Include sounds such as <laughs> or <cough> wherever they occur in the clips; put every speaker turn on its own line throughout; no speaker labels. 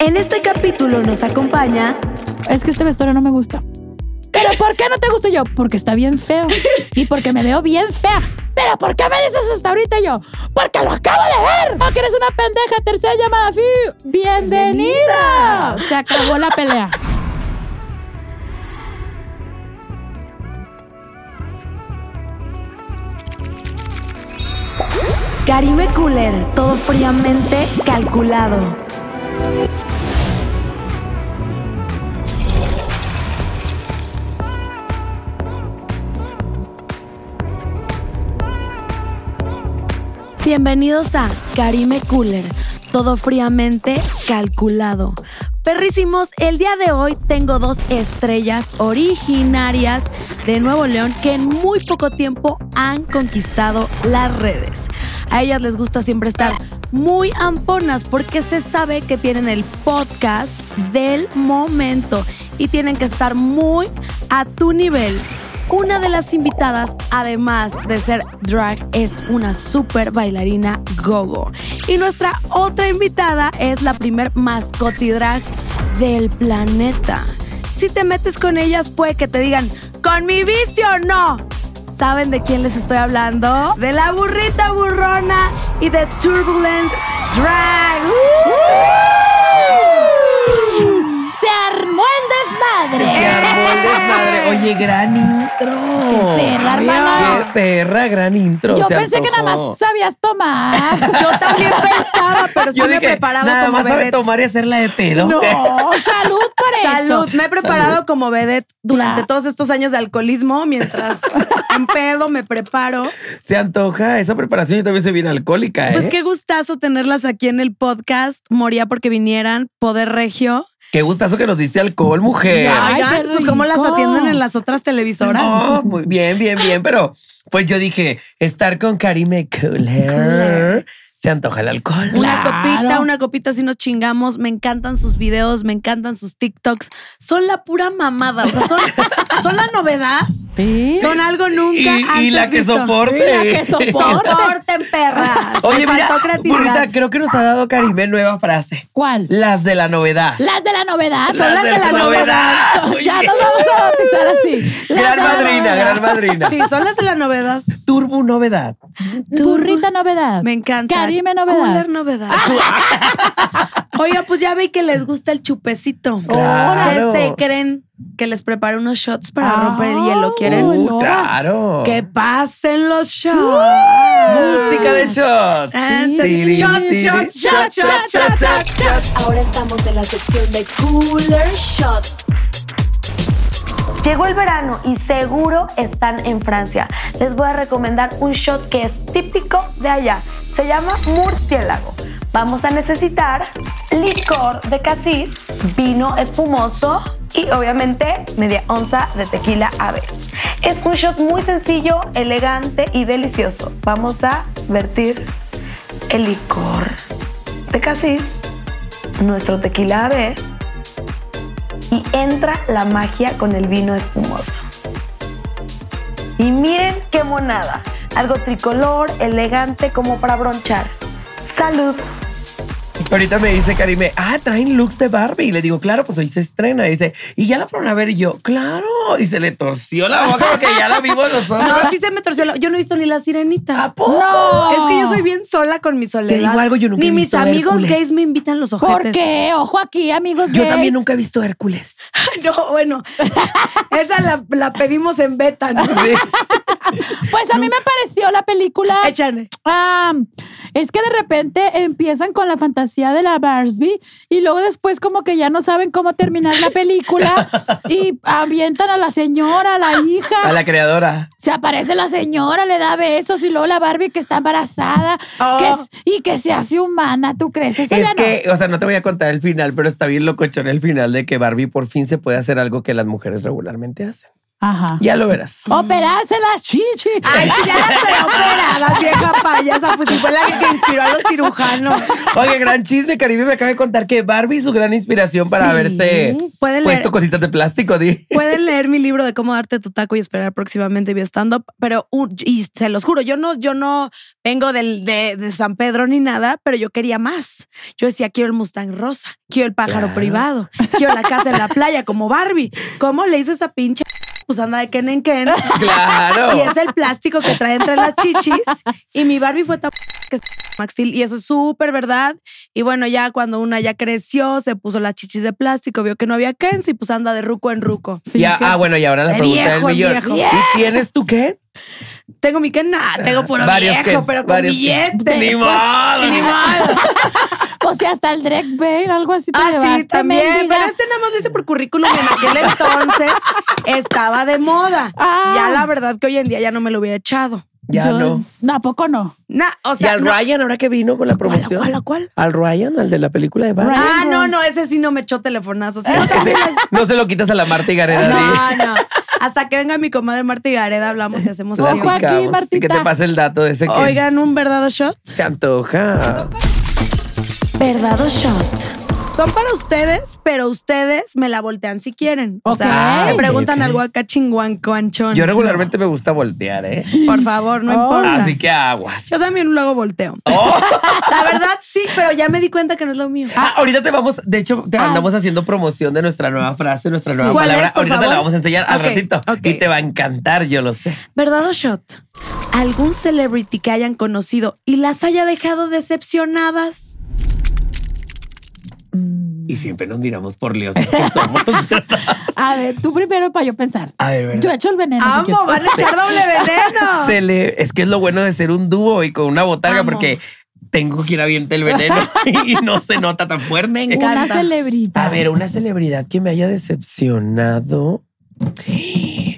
En este capítulo nos acompaña
Es que este vestuario no me gusta. ¿Pero por qué no te gusta Y yo? Porque está bien feo. Y porque me veo bien fea. ¿Pero por qué me dices hasta ahorita Y yo? Porque lo acabo de ver. No, que eres una pendeja. Tercera llamada. Fi. Bienvenida. Se acabó la pelea.
Karime Cooler, todo fríamente calculado. Bienvenidos a Karime Cooler, todo fríamente calculado. Perrísimos, el día de hoy tengo dos estrellas originarias de Nuevo León que en muy poco tiempo han conquistado las redes. A ellas les gusta siempre estar muy amponas porque se sabe que tienen el podcast del momento y tienen que estar muy a tu nivel. Una de las invitadas, además de ser drag, es una super bailarina gogo. Y nuestra otra invitada es la primer mascotidrag del planeta. Si te metes con ellas, puede que te digan, con mi vicio no. ¿Saben de quién les estoy hablando? De la burrita burrona y de Turbulence Drag.
Se armó el
Se
desmadre.
armó el desmadre. Oye, gran intro.
Qué perra, hermana.
Qué perra, gran intro.
Yo
Se
pensé que nada
antojó.
más sabías tomar.
Yo también pensaba, pero sí
Yo
me
dije,
preparaba
nada
como
más sabe
vedette.
tomar y hacerla de pedo.
No, Oh, salud por eso.
Salud, me he preparado como vedette durante
Claro.
todos estos años de alcoholismo,
<laughs>
mientras en pedo me preparo.
<laughs>
Eh.
Se antoja esa preparación. Yo también soy bien alcohólica,
Pues
¿eh?
qué gustazo tenerlas aquí en el podcast. Moría porque vinieran, Poder Regio.
Qué gustazo que nos diste alcohol, mujer.
Ya, Eh. Ay,
Oigan,
qué
pues cómo las
rico.
atienden en las otras televisoras.
No, muy bien, bien, bien. Pero pues yo dije, estar con Karime Cooler. Se antoja el alcohol.
Una
Claro.
copita, una copita, si nos chingamos. Me encantan sus videos, me encantan sus TikToks. Son la pura mamada. O sea,
<laughs>
son, son la novedad.
Sí.
Son algo nunca.
Y, y
antes
la que
visto.
soporte.
Y la que soporte.
Soporten, perras.
<laughs> Oye,
Les
mira,
faltó creatividad.
Brunita, creo que nos ha dado Karime nueva frase.
¿Cuál?
Las de la novedad.
Las de la novedad.
Las de la novedad. Oye.
<laughs> Ya nos vamos a bautizar así. Las de
gran
la
madrina,
novedad.
gran madrina.
Sí, son las de la novedad.
Turbo novedad.
Turrita novedad.
Me encanta.
Ah, Karime novedad.
Cooler
<laughs>
novedad. Oiga, pues ya ve que les gusta el chupecito.
Claro.
¿Qué se creen? Que les prepare unos shots para
Ah,
romper el hielo. ¿Quieren?
uy,
Uh, claro.
Que pasen los shots.
música de shots.
Tan, tan,
Tiri,
shot,
tiri,
shot, shot, shot, shot, shot. Ahora estamos en la sección de Cooler Shots. Llegó el verano y seguro están en Francia. Les voy a recomendar un shot que es típico de allá. Se llama murciélago. Vamos a necesitar licor de casis, vino espumoso y obviamente media onza de tequila ave. Es un shot muy sencillo, elegante y delicioso. Vamos a vertir el licor de casis, nuestro tequila AB y entra la magia con el vino espumoso. Y miren qué monada, algo tricolor, elegante como para bronchar. Salud.
Ahorita me dice Karime, ah, traen looks de Barbie. Y le digo, claro, pues hoy se estrena. Y dice, y ya la fueron a ver. Y yo, claro. Y se le torció la boca porque ya la vimos nosotros.
No, sí se me torció. la- Yo no he visto ni la sirenita.
¿A poco?
No.
Es que yo soy bien sola con mi soledad.
Oh. digo algo, yo nunca
Ni
he
mis
visto
amigos
Hércules.
gays me invitan los ojetes.
¿Por qué? Ojo aquí, amigos.
Yo
gays.
también nunca he visto Hércules.
<laughs> No, bueno. <laughs> Esa la, la pedimos en beta, ¿no?
Pues a mí me pareció la película.
Échale.
Ah, es que de repente empiezan con la fantasía de la Barsby y luego después como que ya no saben cómo terminar la
<laughs>
película y avientan a la señora, a la hija.
A la creadora.
Se aparece la señora, le da besos y luego la Barbie que está embarazada
Oh.
que es- y que se hace humana, ¿tú crees? Eso
Es
ya no.
que, o sea, no te voy a contar el final, pero está bien locochón el final de que Barbie por fin se puede hacer algo que las mujeres regularmente hacen.
Ajá.
Ya Eh, lo
<laughs>
verás.
Operarse las chichi.
Ay, sí, ya las preoperadas, vieja payasa, pues sí fue la que, que inspiró a los cirujanos.
Oye, gran chisme, Caribe me acaba de contar que Barbie su gran inspiración para
Sí.
haberse
Pueden
puesto
leer-
cositas de
<laughs>
plástico, di.
Pueden leer mi libro de cómo darte tu taco y esperar próximamente mi stand-up, pero u- y se los juro, yo no, yo no vengo del, de, de San Pedro ni nada, pero yo quería más. Yo decía, quiero el Mustang rosa, quiero el pájaro
Claro.
privado, quiero la casa en la playa como Barbie. ¿Cómo le hizo esa pinche pues anda de Ken en Ken?
Claro.
Y es el plástico que trae entre las chichis. Y mi Barbie fue tan que es maxil. Y eso es súper verdad. Y bueno, ya cuando una ya creció, se puso las chichis de plástico, vio que no había Kenzie, pues anda de ruco en ruco.
Ya,
Fíjate.
ah, bueno, y ahora la
De
pregunta
viejo
del
en
millón.
viejo.
¿Y tienes tú qué?
Tengo mi Ken, nada, tengo puro
Ah, Varios
viejo,
Ken,
pero con
varios Ken.
billete.
Ni
Pues,
modo, ni
Ni
modo.
modo.
<laughs> O sea, hasta el Drake Bale, algo así te
Ah, sí,
llevaste,
también.
mendiga.
Pero ese nada más lo hice por currículum y en aquel
<laughs>
entonces estaba de moda.
Ah.
Ya la verdad que hoy en día ya no me lo hubiera echado.
Ya
Yo-
no.
¿a poco no?
Nah, o
¿Y
sea,
al
no-
Ryan ahora que vino con la
¿Cuál,
promoción?
cuál, cuál?
Al Ryan, al de la película de Barbie.
Ah,
Ryan
no,
Reynolds.
no, ese sí no me echó telefonazos. Sí,
<laughs> Ese- no se lo quitas a la Marta y Gareda. di.
No, no. Hasta que venga mi comadre Marta y Gareda hablamos y hacemos
Ojo
algo.
aquí,
Platicamos.
Martita.
Y Que te pase el dato de ese que
Oigan, un verdadero shot.
se antoja.
Verdado shot. Son para ustedes, pero ustedes me la voltean si quieren. O sea,
Ok.
me preguntan
Ok, ok.
algo acá chinguancuanchón.
Yo regularmente me gusta voltear, ¿eh?
Por favor, no
Oh.
importa.
Así que aguas.
Yo también luego <laughs> volteo. La verdad sí, pero ya me di cuenta que no es lo mío.
Ah, ahorita te vamos, de hecho, te andamos haciendo promoción de nuestra nueva frase, nuestra nueva
Ah. ¿Cuál
palabra.
es, por
ahorita te
favor?
la vamos a enseñar al
Ok,
ratito.
ok.
Y te va a encantar, yo lo sé.
¿Verdad o shot? ¿Algún celebrity que hayan conocido y las haya dejado decepcionadas?
Y siempre nos miramos
<laughs>
por leos que somos.
A ver, tú primero para yo pensar.
A ver, Ah, ¿verdad?
Yo he hecho el veneno. si quieres.
¡Amo! ¡Van a echar doble
<laughs>
veneno!
Se le- es que es lo bueno de ser un dúo y con una botarga
Amo.
porque tengo que ir a bien
<laughs>
el veneno y no se nota tan fuerte.
Una
encanta.
celebrita.
A ver, una celebridad que me haya decepcionado.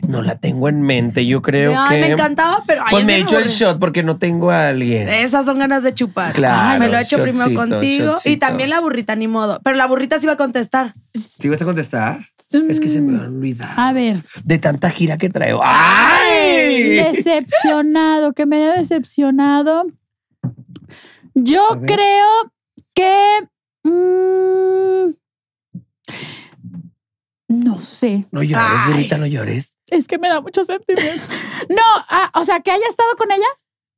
No la tengo en mente, yo creo
Ay,
que.
me encantaba, pero ay, Eh.
Pues
ya
me
me
echo el
aburrí.
shot porque no tengo a alguien.
Esas son ganas de chupar.
Claro,
Ay, me lo he hecho primero
shotcito,
contigo. Y
shotcito.
también la burrita, ni modo. Pero la burrita sí va a contestar.
¿Sí vas a contestar?
Mm.
Es que se me va a olvidar.
A ver.
De tanta gira que traigo. ¡Ay!
Decepcionado, que me haya decepcionado. Yo
A ver.
creo que. mm, no sé.
No llores,
Ay.
burrita, no llores.
Es que me da mucho sentimiento. <laughs> No, ah, o sea, que haya estado con ella.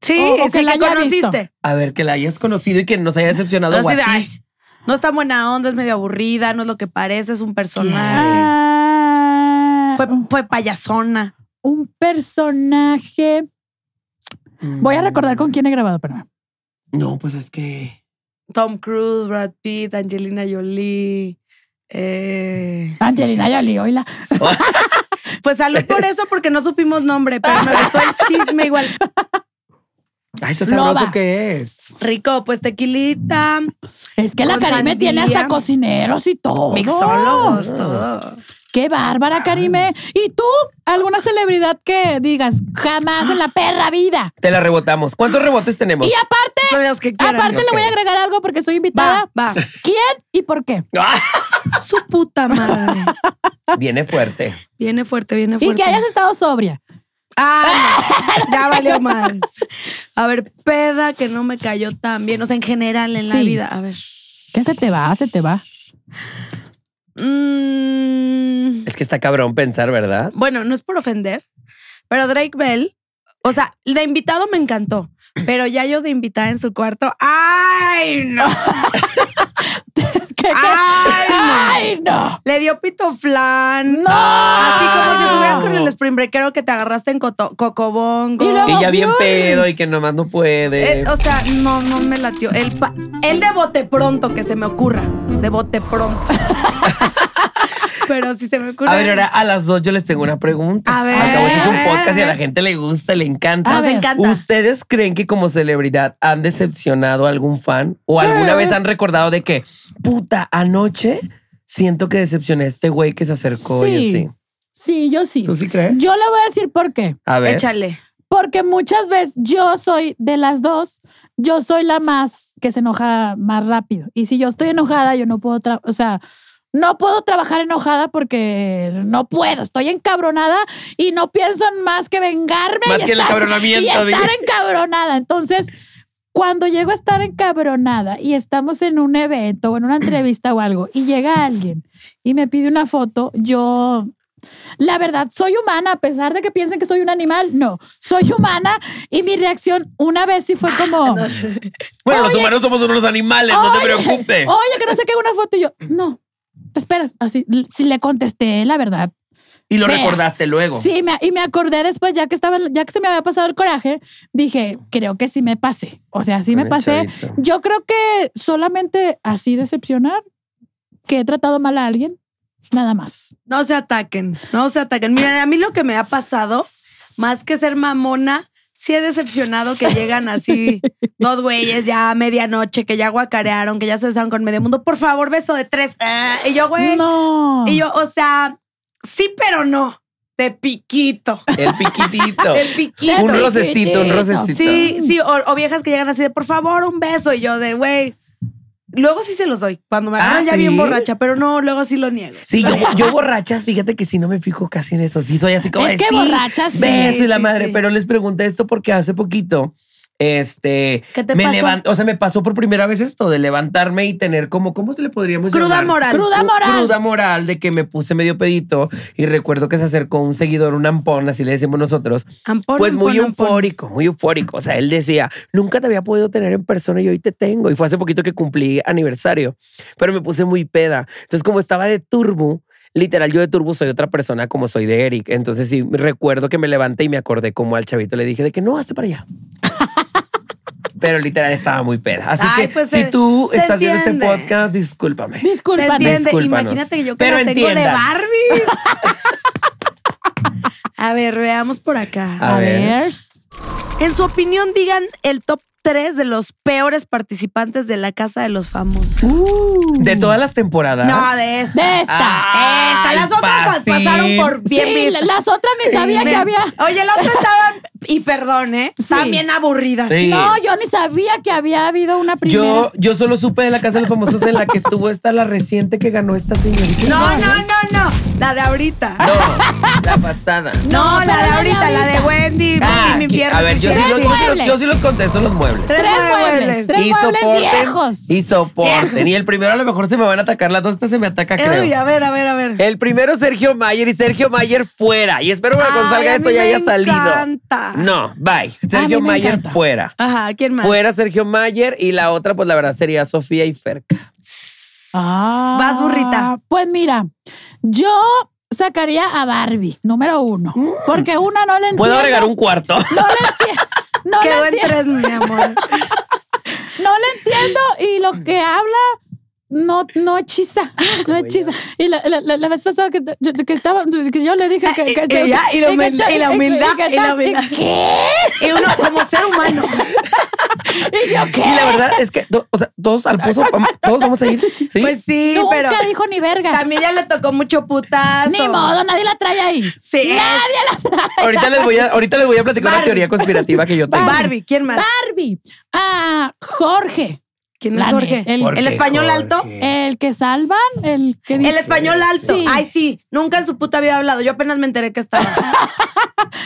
Sí,
Oh,
O- o
sí,
que la
que
haya
conociste.
A ver, que la hayas conocido y que nos haya decepcionado.
Así
o a
de,
ti.
ay, no está buena onda, es medio aburrida, no es lo que parece, es un personaje.
Ah,
Fue,
un-
fue payasona.
un personaje. Voy a recordar con quién he grabado, pero
No, pues es que.
Tom Cruise, Brad Pitt, Angelina Jolie. Eh,
<laughs> Angelina Jolie, oíla.
pues salud por eso, porque no supimos nombre, pero me gustó el chisme igual.
Ay, está
Loba.
sabroso que es.
Rico, pues tequilita,
Es que la
Con
Karime
sandía.
tiene hasta cocineros y todo.
mixólogos, todo.
Qué bárbara, Karime. ¿Y tú? ¿Alguna celebridad que digas jamás en la perra <gasps> vida?
Te la rebotamos. ¿Cuántos rebotes tenemos?
Y aparte,
De los que quieran.
aparte le
ok.
voy a agregar algo porque soy
Va,
invitada.
va.
¿Quién y por qué?
Su puta madre.
Ah, Viene fuerte.
Viene fuerte, viene
Y
fuerte.
que hayas estado sobria.
Ah, no. ya valió madres. A ver, peda que no me cayó tan bien. O sea, en general en la
Sí.
vida. A ver.
¿Qué se te va? Se te va.
Mm,
Es que está cabrón pensar, ¿verdad?
bueno, no es por ofender, pero Drake Bell, o sea, de invitado me encantó. Pero ya yo de invitada en su cuarto. ¡Ay, no!
<laughs>
¡Ay, no!
¡Ay, no!
Le dio pito flan.
¡No!
Así como si estuvieras con el spring breakero que te agarraste en coto- cocobongo.
Y luego-
Y ya bien
Dios.
pedo y que nomás no puede.
Eh, o sea, no, no me latió. El, pa- el de bote pronto que se me ocurra. De bote pronto. <laughs> Pero si se me ocurre.
a ver, ahora a las dos yo les tengo una pregunta.
A ver,
Al cabo, este es
a ver,
un podcast y a
a
la
ver.
gente le gusta, le encanta.
A
Nos
ver.
encanta.
¿Ustedes creen que como celebridad han decepcionado a algún fan? ¿O
Eh.
alguna vez han recordado de que, puta, anoche siento que decepcioné a este güey que se acercó y
Sí.
así?
Sí, yo sí.
¿Tú sí crees?
Yo le voy a decir por qué.
A ver.
Échale.
Porque muchas veces yo soy de las dos, yo soy la más que se enoja más rápido. Y si yo estoy enojada, yo no puedo, tra- o sea, No puedo trabajar enojada porque no puedo. Estoy encabronada y no pienso en más que vengarme.
Más
y
que el
estar-
encabronamiento,
Y estar
dije.
encabronada. Entonces, cuando llego a estar encabronada y estamos en un evento o en una entrevista o algo y llega alguien y me pide una foto, yo... La verdad, soy humana, a pesar de que piensen que soy un animal, no, soy humana y mi reacción una vez sí fue como...
Bueno, los
Oye.
humanos somos unos animales, no te
Oye,
preocupes.
Oh,
Oye, que no sé qué una foto y yo, no, te esperas. Así, l- si le contesté, la verdad.
y lo
fea.
recordaste luego.
Sí, me- y me acordé después, ya que estaba, ya que se me había pasado el coraje, dije, creo que sí me pasé. O sea, sí me pasé.
Chavito.
Yo creo que solamente así decepcionar que he tratado mal a alguien, nada más.
No se ataquen, no se ataquen. Miren, a mí lo que me ha pasado, más que ser mamona, sí he decepcionado que llegan
<laughs>
así dos güeyes ya a medianoche, que ya guacarearon, que ya se besaron con medio mundo. Por favor, beso de tres. Ah, Y yo, güey.
No.
Y yo, o sea, sí, pero no. De piquito.
El
<laughs>
piquitito.
El piquito.
un rocecito, un rocecito.
Sí, sí, o, o viejas que llegan así de por favor, un beso. Y yo de güey. Luego sí se los doy. Cuando me
Ah,
agarran ya
¿sí?
bien borracha, pero no, luego sí lo niego.
Sí, yo, yo borrachas, fíjate que sí no me fijo casi en eso. Sí, soy así como.
Es
de,
que
sí,
borrachas, sí,
Beso y la
sí,
madre.
sí.
Pero les pregunté esto porque hace poquito. Este.
¿Qué te
me
pasó?
levan- o sea, me pasó por primera vez esto de levantarme y tener como, ¿cómo le podríamos
Cruda
llamar?
moral.
Cruda
Cru-
moral.
Cruda moral de que me puse medio pedito y recuerdo que se acercó un seguidor, un ampón, así le decimos nosotros.
Ampón,
pues muy
ampón, ampón.
eufórico, muy eufórico. O sea, él decía, nunca te había podido tener en persona y hoy te tengo. Y fue hace poquito que cumplí aniversario, pero me puse muy peda. Entonces, como estaba de turbo, literal, yo de turbo soy otra persona como soy de Eric. Entonces, sí, recuerdo que me levanté y me acordé como al chavito le dije de que no, hazte
<laughs>
para allá. Pero literal estaba muy peda. Así
Ay,
que
pues
si
se-
tú
se
estás viendo
entiende.
este podcast, discúlpame.
Se
Disculpa.
entiende.
Discúlpanos.
Imagínate que yo que
Pero
la tengo de
entiendan.
Barbie. <laughs> A ver, veamos por acá.
Ah.
A
A ver.
ver.
En su opinión, digan el top 3 de los peores participantes de la casa de los famosos.
Uh.
De todas las temporadas.
No, de esta.
De esta.
Esta.
Ay,
Las otras
fácil.
pasaron por Ah, bien
sí,
vistas.
las otras ni sabía que
Me-
había.
Oye, la otra estaban, y perdón, ¿eh? Estaban
Sí.
bien aburridas.
Sí.
No, yo ni sabía que había habido una primera.
Yo, yo solo supe de la Casa de los Famosos en la que estuvo esta, la reciente que ganó esta señorita.
No, no, no, no. La de ahorita.
No, la pasada.
No, la
pero
de ahorita, la de Wendy,
Ah,
Wendy, mi
aquí-
fierro.
a ver, yo sí,
mi
Tres
los, yo
fierro.
sí los-
muebles.
yo sí los contesto los muebles.
Tres
Tres
muebles.
muebles, tres muebles viejos.
y soporten. Y el primero a lo mejor se me van a atacar, las dos estas se me ataca, creo. Eh,
Uy, a ver, a ver, a ver.
El primero Sergio Mayer y Sergio Mayer fuera. Y espero que cuando
Ay, a
salga esto
mí
ya
me
haya salido.
encanta.
No, bye. Sergio
me
Mayer
encanta.
fuera.
Ajá, ¿quién más?
Fuera Sergio Mayer y la otra, pues la verdad sería Sofía y Ferca.
Ah.
Vas, burrita.
Pues mira, yo sacaría a Barbie, número uno.
Mm.
Porque una no le entiendo.
¿Puedo agregar un cuarto?
No le entiendo.
<laughs>
No, le
Quedó en
entiendo,
tres, mi amor.
no le entiendo y lo que habla no, no hechiza, no hechiza. Y la, la- la- la vez pasada que, que estaba, que yo le dije que... que-
Y- y ya, Ah, eh, y la humildad, y la humildad,
que-
y la humildad.
¿Qué?
Y uno como ser humano.
Y yo, ¿qué?
Y la verdad es que, to- o sea, todos al pozo, vamos- todos vamos a ir. Sí.
Pues sí,
Nunca
pero
dijo ni verga.
también ya le tocó mucho putazo.
Ni modo, nadie la trae ahí.
Sí.
Nadie la
ahorita, les voy a, ahorita les voy a platicar
Barbie.
una teoría conspirativa que yo tengo.
Barbie, ¿quién más?
Barbie. Ah, Jorge.
¿Quién es
La
Jorge?
neta, el-
¿El español
Jorge?
alto?
El que salvan, el que
El
dice.
español alto.
Sí.
Ay, sí. Nunca en su puta vida ha hablado. Yo apenas me enteré que estaba.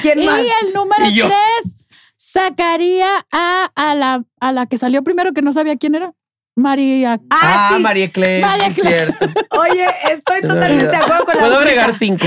¿Quién
y
más?
el número
Y yo.
tres sacaría a, a, la, a la que salió primero, que no sabía quién era. María.
Ah,
Ah,
sí.
María Clay.
María
sí,
Clay.
cierto.
<laughs> Oye, estoy
Se me
totalmente
olvidó.
de acuerdo con la
¿Puedo
última.
agregar cinco?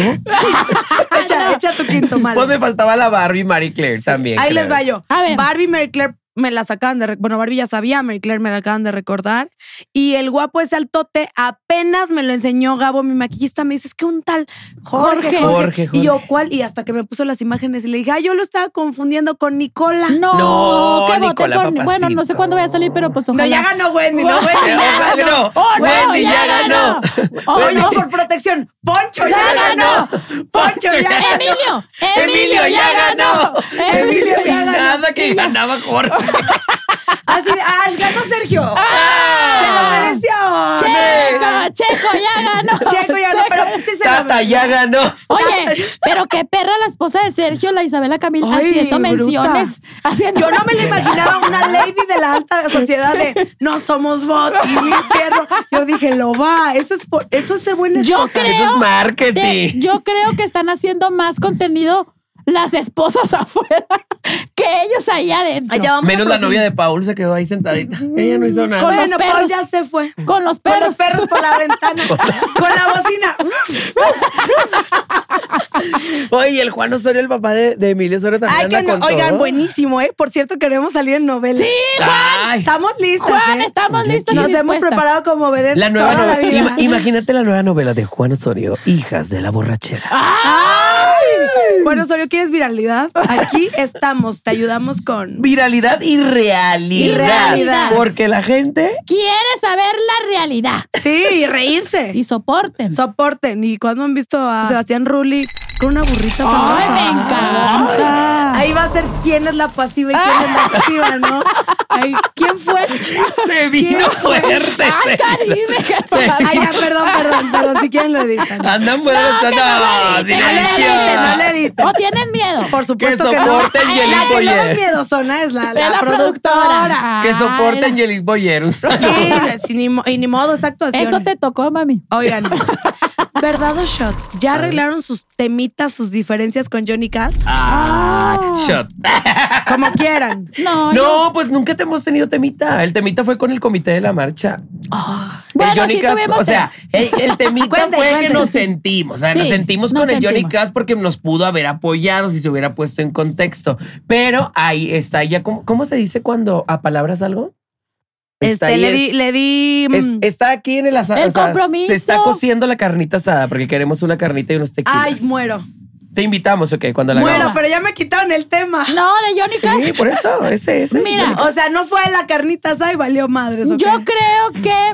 Echa, echa tu quinto, madre.
Pues me faltaba la Barbie y Marie Claire también.
Ahí
creo.
les va yo.
A ver.
Barbie y Mary Claire me las acaban de. rec- Bueno, Barbie ya sabía, Mary Claire me la acaban de recordar. Y el guapo ese altote apenas me lo enseñó Gabo, mi maquillista. Me dice, es que un tal Jorge.
Jorge.
Jorge,
Jorge, Jorge.
Y yo, ¿cuál? Y hasta que me puso las imágenes y le dije, ah, yo lo estaba confundiendo con Nicola.
No,
No,
que voté
Nicola,
por. Bueno, no sé
papacito.
cuándo voy a salir, pero pues ojalá.
No, ya ganó Wendy, no, Wendy ya
Ojalá
ganó.
no.
Oh, no,
Wendy ya ganó.
Oh,
Oye,
no.
por protección, Poncho
Ya
ya,
ganó.
ganó. Poncho ya ganó.
Emilio, Emilio ya ganó.
Emilio ya ganó.
Nada que ganaba Jorge.
Así de, ah, ganó Sergio.
Ah.
Se lo mereció.
Chico, Checo ya ganó.
Checo ya no, pero sí se
Tata ya ganó.
Oye, pero qué perra la esposa de Sergio, la Isabela Camil,
Ay,
haciendo
bruta.
menciones. Haciendo
Yo no
<laughs>
me la imaginaba una lady de la alta sociedad de no somos bots y mi fierro. Yo dije, lo va, eso es, por- eso es ser buena
Yo
esposa.
creo-
Eso es marketing.
Te- yo creo que están haciendo más contenido las esposas <laughs> afuera que ellos allá adentro.
Allá vamos
Menos
a
la
proseguir. Mm.
novia de Paul se quedó ahí sentadita. Ella no hizo nada.
Con
Bueno,
los
Paul
perros.
ya se fue.
Con los
Con
perros.
los perros por la ventana. con la bocina.
Oye, el Juan Osorio, el papá de, de Emilio Osorio también
Ay,
anda
que no-
con
Oigan,
todo.
buenísimo, ¿eh? Por cierto, queremos salir en novela.
Sí,
Ay,
Estamos listas.
Juan,
¿eh?
estamos listos. y
Nos hemos
dispuestas.
preparado como vedettes
la nueva
toda la
novela.
vida.
Ima- imagínate la nueva novela de Juan Osorio, Hijas de la Borrachera.
Ah. Bueno, Osorio, ¿quieres viralidad? Aquí estamos, te ayudamos con.
Viralidad y realidad.
Y realidad.
Porque la gente.
Quiere saber la realidad
Sí, y reírse.
y soporten.
Soporten. ¿Y cuando han visto a Sebastián Rulli con una burrita sabrosa?
Ay, me encanta.
Ahí va a ser quién es la pasiva y quién es la activa, ¿no? Ay, ¿Quién fue?
Se vino
¿Quién fue?
fuerte.
Ay, Karime,
<laughs>
qué
Ay, ya, perdón, perdón, perdón. Si quieren lo editan. No
Andan Ah, fuera de
que
anda-
no le editen,
le editen, no le editen.
¿O tienes miedo?
Por supuesto que, no.
soporten y el
La que no
apoye.
es miedosona es la, la
Es la
productora.
productora. Ah.
Que
Ay,
soporten
no.
Yelis Boyeros. <laughs>
Sí, sí, ni mo- y ni modo, esa actuación.
Eso te tocó, mami.
Oigan, verdad o shot, ya arreglaron sus temitas, sus diferencias con Johnny Cass,
Ah, shot.
como quieran.
No, yo-
No, pues nunca te hemos tenido temita. El temita fue con el comité de la marcha.
Bueno,
el Johnny
sí
Cash,
tuvimos
o sea, el,
<laughs>
el temita
Cuente,
fue
cuente.
que nos sentimos, o sea, nos
Sí,
sentimos
nos
con el Johnny
sentimos.
Cash porque nos pudo haber apoyado si se hubiera puesto en contexto. Pero ahí está ya, ¿cómo, cómo se dice cuando a palabras algo? Está
Este,
ahí
le
el-
di, le di,
es-
mm,
está aquí en el asado.
El compromiso.
Se está cociendo la carnita asada porque queremos una carnita y unos tequilas.
ay, muero,
Te invitamos, ok, cuando la
muero,
hagamos.
pero ya me quitaron el tema.
No, de Johnny Cash.
Sí, por eso, ese, ese.
Mira,
O sea, no fue la carnita asada y valió madres. ¿ok?
Yo creo que.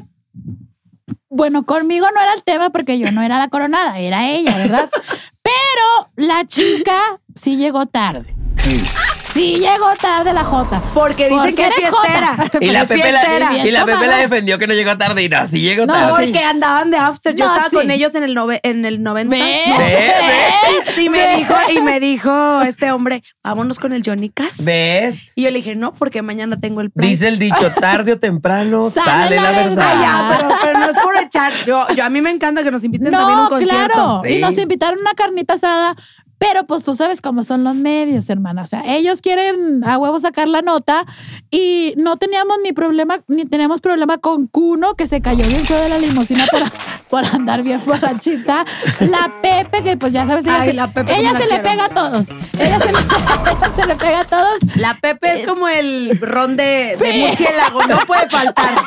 Bueno, conmigo no era el tema porque yo no era la coronada, era ella, ¿verdad?
<laughs>
Pero la chica sí llegó tarde. Sí llegó tarde la Jota.
porque dicen
Porque
que es
eres
fiestera. <laughs>
jota.
Y
Porque
la
es
Pepe la,
fiestera.
y la,
Bien
Pepe la
tomada.
defendió que no llegó tarde y no, sí llegó
No,
tarde.
Porque andaban de after. Yo
No,
estaba
sí.
con ellos en el, nove- en el 90.
¿Ves?
¿Ves?
Y me dijo, y me dijo este hombre, vámonos con el Johnny Cass.
¿Ves?
Y yo le dije, no, porque mañana tengo el plan.
Dice el dicho, tarde o temprano
<laughs> Sale
sale
la
la
Ay, ya,
verdad.
pero, pero no es por echar. Yo, yo- a mí me encanta que nos inviten también a un
No,
concierto.
claro.
Sí.
Y nos invitaron a una carnita asada. Pero pues tú sabes cómo son los medios, hermana. O sea, ellos quieren a huevo sacar la nota y no teníamos ni problema, ni teníamos problema con Cuno, que se cayó bien feo de la limusina por, <laughs> por andar bien borrachita. La Pepe, que pues ya sabes, ella
Ay,
se,
la Pepe,
ella
cómo la
se le
quiero.
pega a todos. Ella se le, <laughs> ella se le pega a todos.
La Pepe es como el ron de, de
Eh, Sí.
murciélago, no puede
<laughs>
faltar.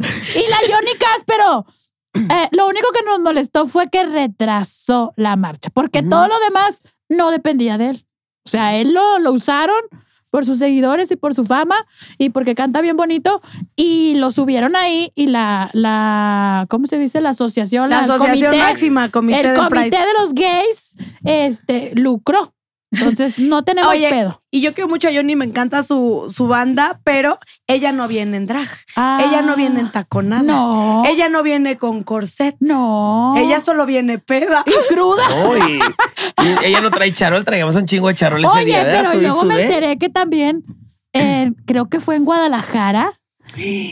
Y la Johnny Cáspero. eh, lo único que nos molestó fue que retrasó la marcha, porque todo lo demás no dependía de él. O sea, él lo, lo usaron por sus seguidores y por su fama y porque canta bien bonito y lo subieron ahí y la, la ¿cómo se dice? La asociación,
La
el
Asociación
comité,
Máxima, Comité
el
de
comité
Pride.
de los gays, este, lucró. Entonces no
<laughs>
tenemos
Oye,
pedo.
y yo quiero mucho a Johnny, me encanta su, su banda, pero ella no viene en drag.
Ah.
ella no viene en taconada.
No.
Ella no viene con corset.
No.
Ella solo viene peda.
cruda.
No, y- y ella no trae charol, traíamos un chingo de charol ese
Oye,
día. ¿verdad?
pero
Sube y
luego me
sube.
enteré que también, eh, creo que fue en Guadalajara,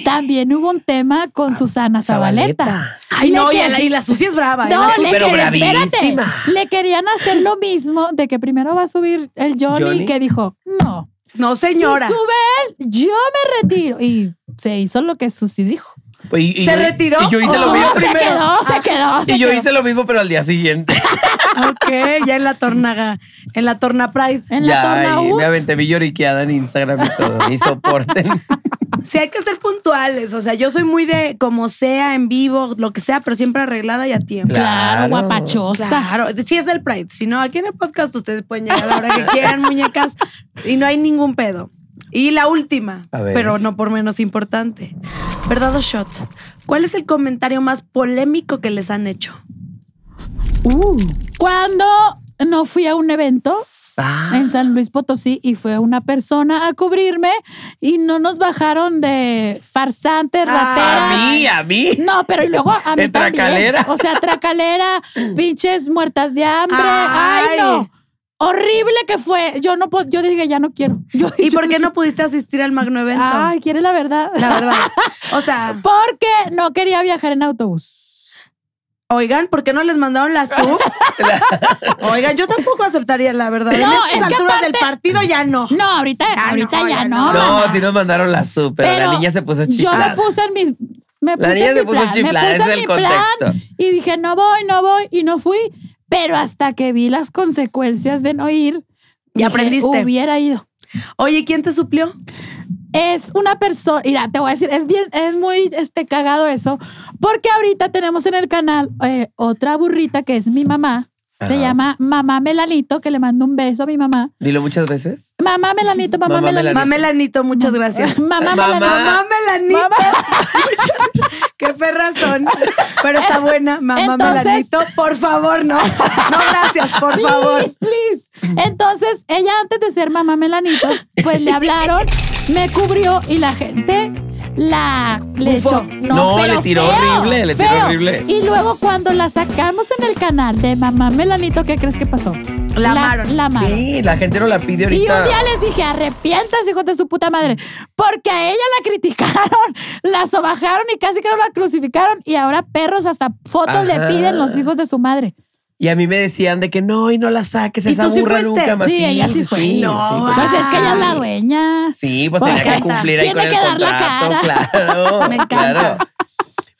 también hubo un tema con Susana Zabaleta.
Ah, Zabaleta.
Ay,
Le
no, y,
que-
a la, y la sucia es brava. ¿eh?
No,
La
le,
sucia-
Pero
querían- espérate,
bravísima.
le querían hacer lo mismo de que primero va a subir el Johnny,
Johnny.
que dijo, no,
No, señora.
si sube él, yo me retiro. Y se hizo lo que Susi dijo.
Pues, y- y
¿Se
yo-
retiró?
Y yo hice
¿O
lo
No,
mismo
<laughs>
subió
se
primero.
quedó,
Ah.
se quedó. se
Y yo
quedó.
hice lo mismo, pero al día siguiente.
Ok, ya en la tornaga, en la torna Pride.
en la
Ya,
torna
y
U.
me aventé mi lloriqueada en Instagram y todo.
<laughs>
Y soporten.
Sí, hay que ser puntuales. O sea, yo soy muy de como sea, en vivo, lo que sea, pero siempre arreglada y a tiempo.
Claro,
Claro.
guapachosa.
Claro, sí es el Pride. Si no, aquí en el podcast ustedes pueden llegar a la
<laughs>
hora que quieran, muñecas, y no hay ningún pedo. Y la última,
A ver.
pero no por menos importante. ¿Verdad o shot? ¿Cuál es el comentario más polémico que les han hecho?
Uh. Cuando no fui a un evento
Ah,
en San Luis Potosí y fue una persona a cubrirme y no nos bajaron de farsantes, rateras.
Ah, a mí, a mí.
No, pero y luego a mí
De
también.
tracalera.
O sea, tracalera, pinches muertas de hambre. Ay,
Ay.
no. Horrible que fue. Yo no po- yo dije, ya no quiero. <laughs> Yo-
¿Y
yo-
por qué no pudiste asistir al Magno Evento?
Ay, ¿quieres la verdad?
La verdad. O sea,
Porque no quería viajar en autobús.
oigan, ¿por qué no les mandaron la sub?
<laughs>
oigan, yo tampoco aceptaría, la verdad. en
No,
estas
es que
alturas
aparte-
del partido ya no.
No, ahorita,
Ya no,
ahorita ya
ya no.
no.
No,
mana.
si nos mandaron la sub, pero, la niña se puso
Yo
chiflada.
me puse en mis. Me puse
la niña
en
se
mi
puso
plan, me
chiflada,
puse
ese
en
es
mi
el
plan
contexto.
y dije, no voy, no voy, y no fui. Pero hasta que vi las consecuencias de no ir,
Y
dije,
aprendiste.
Hubiera ido.
Oye, ¿quién te suplió?
Es una persona, mira, te voy a decir, es bien, es muy este, cagado eso, porque ahorita tenemos en el canal eh, otra burrita que es mi mamá. Se
Ajá.
llama Mamá Melanito, que le mando un beso a mi mamá.
Dilo muchas veces.
Mamá Melanito, mamá,
Mamá
Melanito.
Mamelanito,
Mm.
muchas gracias.
<laughs> Mamá,
Mamá.
Melanito.
Mamelanito. <laughs> Qué perras son. Pero está buena, mamá
Entonces-
Melanito. Por favor, no. No, gracias, por favor.
Please, please. Entonces, ella antes de ser mamá Melanito, pues le hablaron, me cubrió y la gente la le
Bufó.
echó.
No,
pero
le tiró horrible, le tiró horrible.
Y luego cuando la sacamos en el canal de mamá Melanito, ¿qué crees que pasó?
La amaron.
La amaron.
Sí, la gente no la pide
Y
ahorita.
un día les dije, arrepientas, hijos de su puta madre. Porque a ella la criticaron, <laughs> la sobajaron y casi que no la crucificaron. Y ahora perros hasta fotos
Ajá.
le piden los hijos de su madre.
Y a mí me decían de que no, y no la saques,
¿Y
esa
tú sí
burra
fuiste?
nunca más.
Sí, ella sí fue.
No,
pues-
ah.
Pues es que ella es la dueña.
Sí, pues
Pues
tenía
ahí
que
está.
cumplir ahí
Tiene
con el
que dar la
contrato,
<laughs>
claro.
Me encanta.
claro.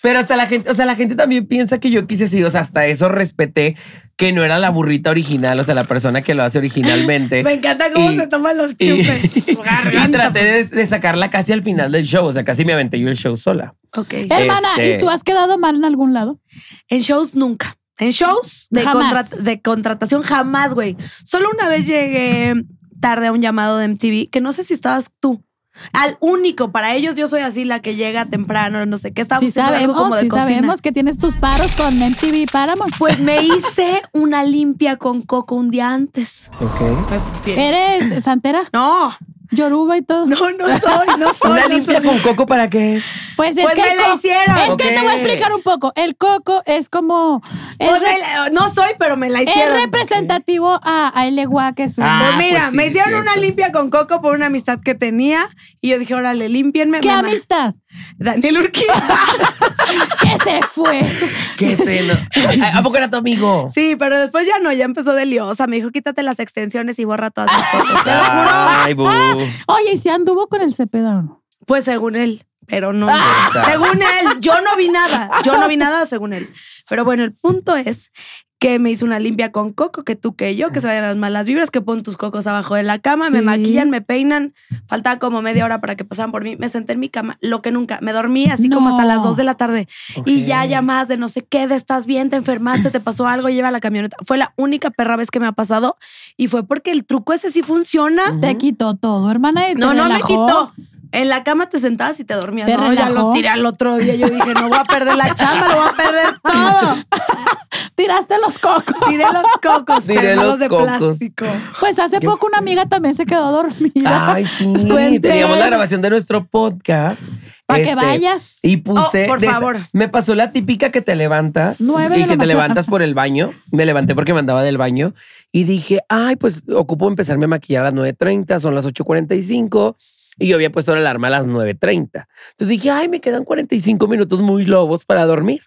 Pero hasta la gente, o sea, la gente también piensa que yo quise sí, o sea, hasta eso respeté que no era la burrita original, o sea, la persona que lo hace originalmente.
<laughs> Me encanta cómo
Eh, Y-
se toman los
<laughs> y,
chupes.
y traté de, de sacarla casi al final del show, o sea, casi me aventé yo el show sola.
Ok.
Hermana,
Este-
¿y tú has quedado mal en algún lado?
En shows nunca. En shows de,
Jamás.
contra- de contratación jamás, güey. Solo una vez llegué tarde a un llamado de MTV, que no sé si estabas tú. Al único, para ellos yo soy así la que llega temprano, no sé qué, estaba
sí
haciendo algo
sabemos,
como de
sí
cocina.
sabemos que tienes tus paros con MTV Paramount.
Pues me hice una limpia con coco un día antes.
Ok.
Eh. ¿Eres santera?
Pues, No,
¿Yoruba y todo?
no, no soy,
<laughs>
no soy.
Una
no
limpia
soy.
con coco para qué es.
Pues es
Pues
que
me
el
la
co-
hicieron.
Es que
Ok.
te voy a explicar un poco. El coco es como... Es,
Pues
re-
me la- no soy, pero me la
es
hicieron.
representativo a, a Eleguá, que es un...
Ah,
Pues mira,
pues sí,
me
sí,
hicieron
cierto.
una limpia con coco por una amistad que tenía y yo dije, órale, límpienme.
¿Qué
mamá.
amistad?
Daniel
<laughs>
Urquiza.
¿Qué se
<laughs>
fue?
¿Qué seno? ¿A a poco era tu amigo?
sí, pero después ya no, ya empezó de liosa. Me dijo, quítate las extensiones y borra todas las
<laughs>
fotos. Te lo juro.
Ay, bu.
Oye, ¿y si anduvo con el Cepeda o no?
Pues según él, pero no.
Ah.
Según él, yo no vi nada. Yo no vi nada según él. Pero bueno, el punto es que me hizo una limpia con coco, que tú que yo, que se vayan las malas vibras, que pon tus cocos abajo de la cama, me
Sí.
maquillan, me peinan. Faltaba como media hora para que pasaran por mí. Me senté en mi cama, lo que nunca. Me dormí así como
No.
hasta las 2 de la tarde. Y ya
Ok.
llamadas de no sé qué, de estás bien, te enfermaste, te pasó algo, lleva la camioneta. Fue la única perra vez que me ha pasado y fue porque el truco ese sí funciona.
Te quitó todo, hermana. y te
No, no me
relajó.
quitó. En la cama te sentabas y te dormías.
¿Te
no, ya
relajó?
los tiré al otro día. Yo dije, no voy a perder la chamba, lo voy a perder todo.
<laughs> Tiraste los
<laughs>
cocos.
Tiré los cocos,
Tiré
pero no
los
los de
cocos.
plástico.
Pues hace poco una amiga también se quedó dormida.
Ay, sí.
Cuenten.
Teníamos la grabación de nuestro podcast.
Pa' que
Este,
vayas.
Y puse.
Oh, por
de esa-
favor.
me pasó la típica que te levantas
Nueve de
y
la
que te
mañana.
levantas por el baño. Me levanté porque me andaba del baño y dije, ay, pues ocupo empezarme a maquillar a las 9.30, son las 8.45. Y yo había puesto la alarma a las 9.30. Entonces dije, ay, me quedan 45 minutos muy lobos para dormir.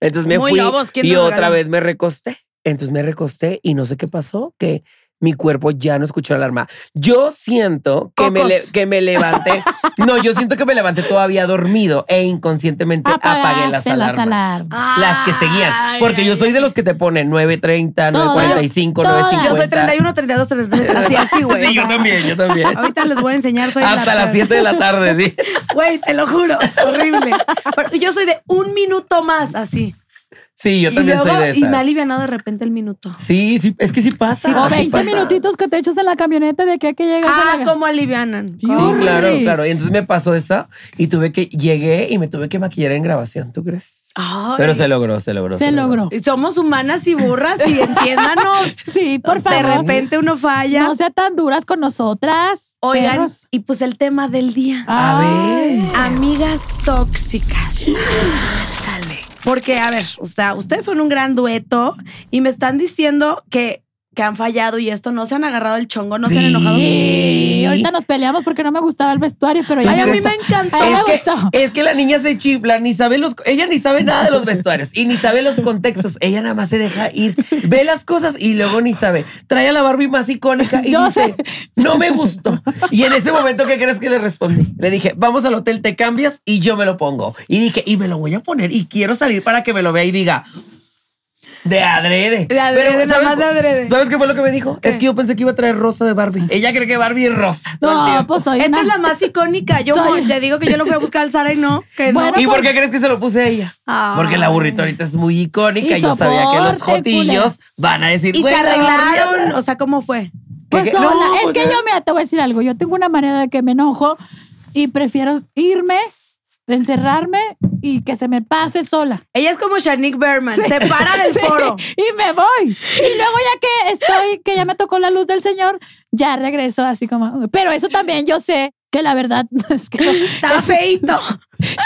Entonces me
Muy
fui
lobos, ¿quién
y
te lo
otra
regaló?
vez me recosté. Entonces me recosté y no sé qué pasó, que mi cuerpo ya no escuchó la alarma. Yo siento que me,
Cocos.
le- que
<laughs>
me levanté. No, yo siento que me levanté todavía dormido e inconscientemente apagué las
Apagaste las
alarmas.
alarmas.
Las que seguían.
Ay,
Porque yo
ay,
soy de
ay.
los que te ponen 9.30,
Todas,
9.45,
todas.
9.50.
Yo soy 31, 32, 33. Así, así, güey.
pues, ah. Sí,
O
yo
sea,
también, yo también.
Ahorita les voy a enseñar. Soy
Hasta
la-
las 7 de la tarde, sí.
Güey, te lo juro. Horrible. Pero yo soy de un minuto más así.
Sí, yo
Y
también
luego-
soy de esas.
Y me ha alivianado de repente el minuto.
Sí, sí, es que sí pasa.
Sí,
O
sí
20
pasa.
minutitos que te echas en la camioneta de que hay que llegas a
Ah,
la...
cómo alivianan.
Sí,
Sí,
¿Cómo?
claro,
Horribles.
claro. Y entonces me pasó esa y tuve que, llegué y me tuve que maquillar en grabación, ¿tú crees?
Ay.
Pero se logró, se logró.
Se logró.
Somos humanas y burras y entiéndanos.
Sí,
De
por favor.
repente uno falla.
No sean tan duras con nosotras.
Oigan,
perros.
y pues el tema del día.
A
Ay.
ver.
Amigas tóxicas. Ándale. Porque, a ver, o sea, ustedes son un gran dueto y me están diciendo que, que han fallado y esto, no se han agarrado el chongo, no se han
Sí.
enojado.
Y ahorita nos peleamos porque no me gustaba el vestuario, pero ya
Ay, a
me
mí
gusta.
me encantó.
Ay, me
Es que,
gustó.
es que la niña se chifla, ni sabe los, ella ni sabe nada de los vestuarios y ni sabe los contextos. Ella nada más se deja ir, ve las cosas y luego ni sabe. Trae a la Barbie más icónica y
Yo
dice,
sé.
no me gustó. Y en ese momento, ¿qué crees que le respondí? Le dije, vamos al hotel, te cambias y yo me lo pongo. Y dije, y me lo voy a poner y quiero salir para que me lo vea y diga. De adrede.
De adrede,
Pero,
nada
¿sabes
más de
cu-
adrede.
¿Sabes qué fue lo que me dijo? Es que yo pensé que iba a traer rosa de Barbie. Ella cree que Barbie es rosa. todo el
No,
tiempo.
pues soy
Esta
una-
es la más icónica. Yo
Soy-
mo- te digo que yo lo fui a buscar al Sara y no, que no.
Bueno,
¿Y
por-
por qué crees que se lo puse a ella?
Ay.
Porque la burrita ahorita es muy icónica.
Ah. Y
Yo sabía que los
soporte, culera.
jotillos van a decir.
Y se
"Güey, la
arreglaron.
Barbie".
O sea, ¿cómo fue?
Pues
Que- que-
sola.
no,
es
pues,
que
ya.
yo, mira, te voy a decir algo. Yo tengo una manera de que me enojo y prefiero irme, encerrarme y que se me pase sola.
Ella es como Shanique Berman. Se para del foro.
<laughs> Sí, y me voy. Y luego ya que estoy, que ya me tocó la luz del Señor, ya regreso así como... Pero eso también yo sé que la verdad <laughs> es que...
Estaba feito.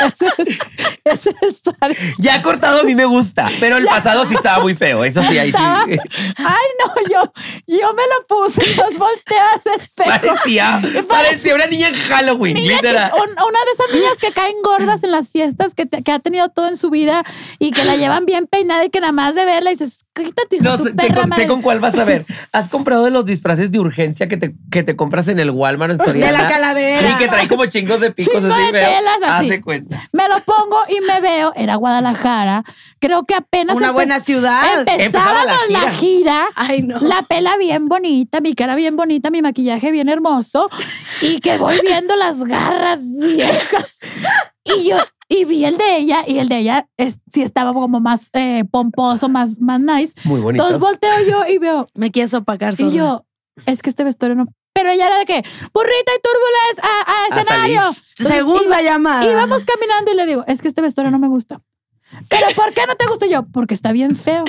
ese- ese vestuario-
Ya cortado a mí me gusta, pero el pasado sí estaba muy feo. Eso sí, ahí
Estaba-
sí.
Ay, no, yo, yo me lo puse, <laughs> los volteé al espejo.
<laughs> Parecía, parecía una niña en Halloween, literal.
Un- una de esas niñas que caen gordas en las fiestas, que, te- que ha tenido todo en su vida y que la llevan bien peinada y que nada más de verla dices, quítate, hijo de
No
tu
sé, sé,
perra
con, sé
madre".
con cuál vas a ver. ¿Has comprado de los disfraces de urgencia que te, que te compras en el Walmart en Soriana?
De la calavera.
Y que trae como chingos de picos
Chingo
así,
de
veo.
telas así.
Haz de cuenta.
Me lo pongo y me veo, era Guadalajara, creo que apenas
Una
empe-
buena ciudad.
empezábamos
Ah, Empezaba la
la gira.
Ay, no.
La pela bien bonita, mi cara bien bonita, mi maquillaje bien hermoso y que voy viendo las garras viejas. Y yo y vi el de ella y el de ella es- sí estaba como más eh, pomposo, más, más nice.
Muy bonito.
Entonces volteo yo y veo,
Me quieres opacar,
y
Sora.
yo, es que este vestuario no. Pero ella era de que, burrita y turbulence a, a
salir.
escenario. Entonces,
Segunda llamada.
pues, Íbamos caminando y le digo, es que este vestuario no me gusta. Pero ¿por qué no te gusta Y yo? Porque está bien feo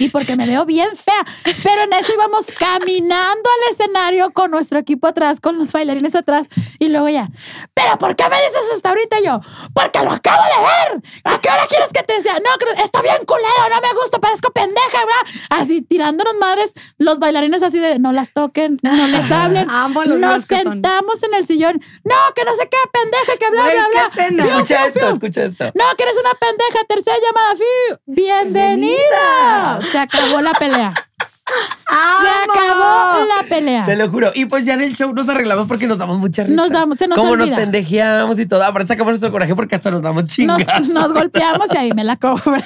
y porque me veo bien fea. Pero en eso íbamos caminando al escenario con nuestro equipo atrás, con los bailarines atrás y luego ya. Pero ¿por qué me dices hasta ahorita Y yo? Porque lo acabo de ver. ¿A qué hora quieres que te sea? No, creo- está bien culero, no me gusta, parezco pendeja, ¿verdad? Así tirándonos madres, los bailarines así de no las toquen, no les hablen.
Ambos los
Nos
dos que son.
sentamos en el sillón. No, que no sé qué, pendeja, que bla,
Güey,
bla,
¿qué
bla.
escena?
Fiu, <laughs>
Escucha
fiu,
esto,
fiu.
escucha esto.
No, que eres una pendeja. Tercera llamada. Fiu. Bienvenida. Se acabó la pelea. Se
¡Vamos!
acabó la pelea.
Te lo juro. Y pues ya en el show nos arreglamos porque nos damos mucha risa.
Nos damos- se nos
Como
olvida.
nos pendejeamos y todo. Aparte sacamos nuestro coraje porque hasta nos damos chingas.
Nos, nos golpeamos y ahí me la cobré.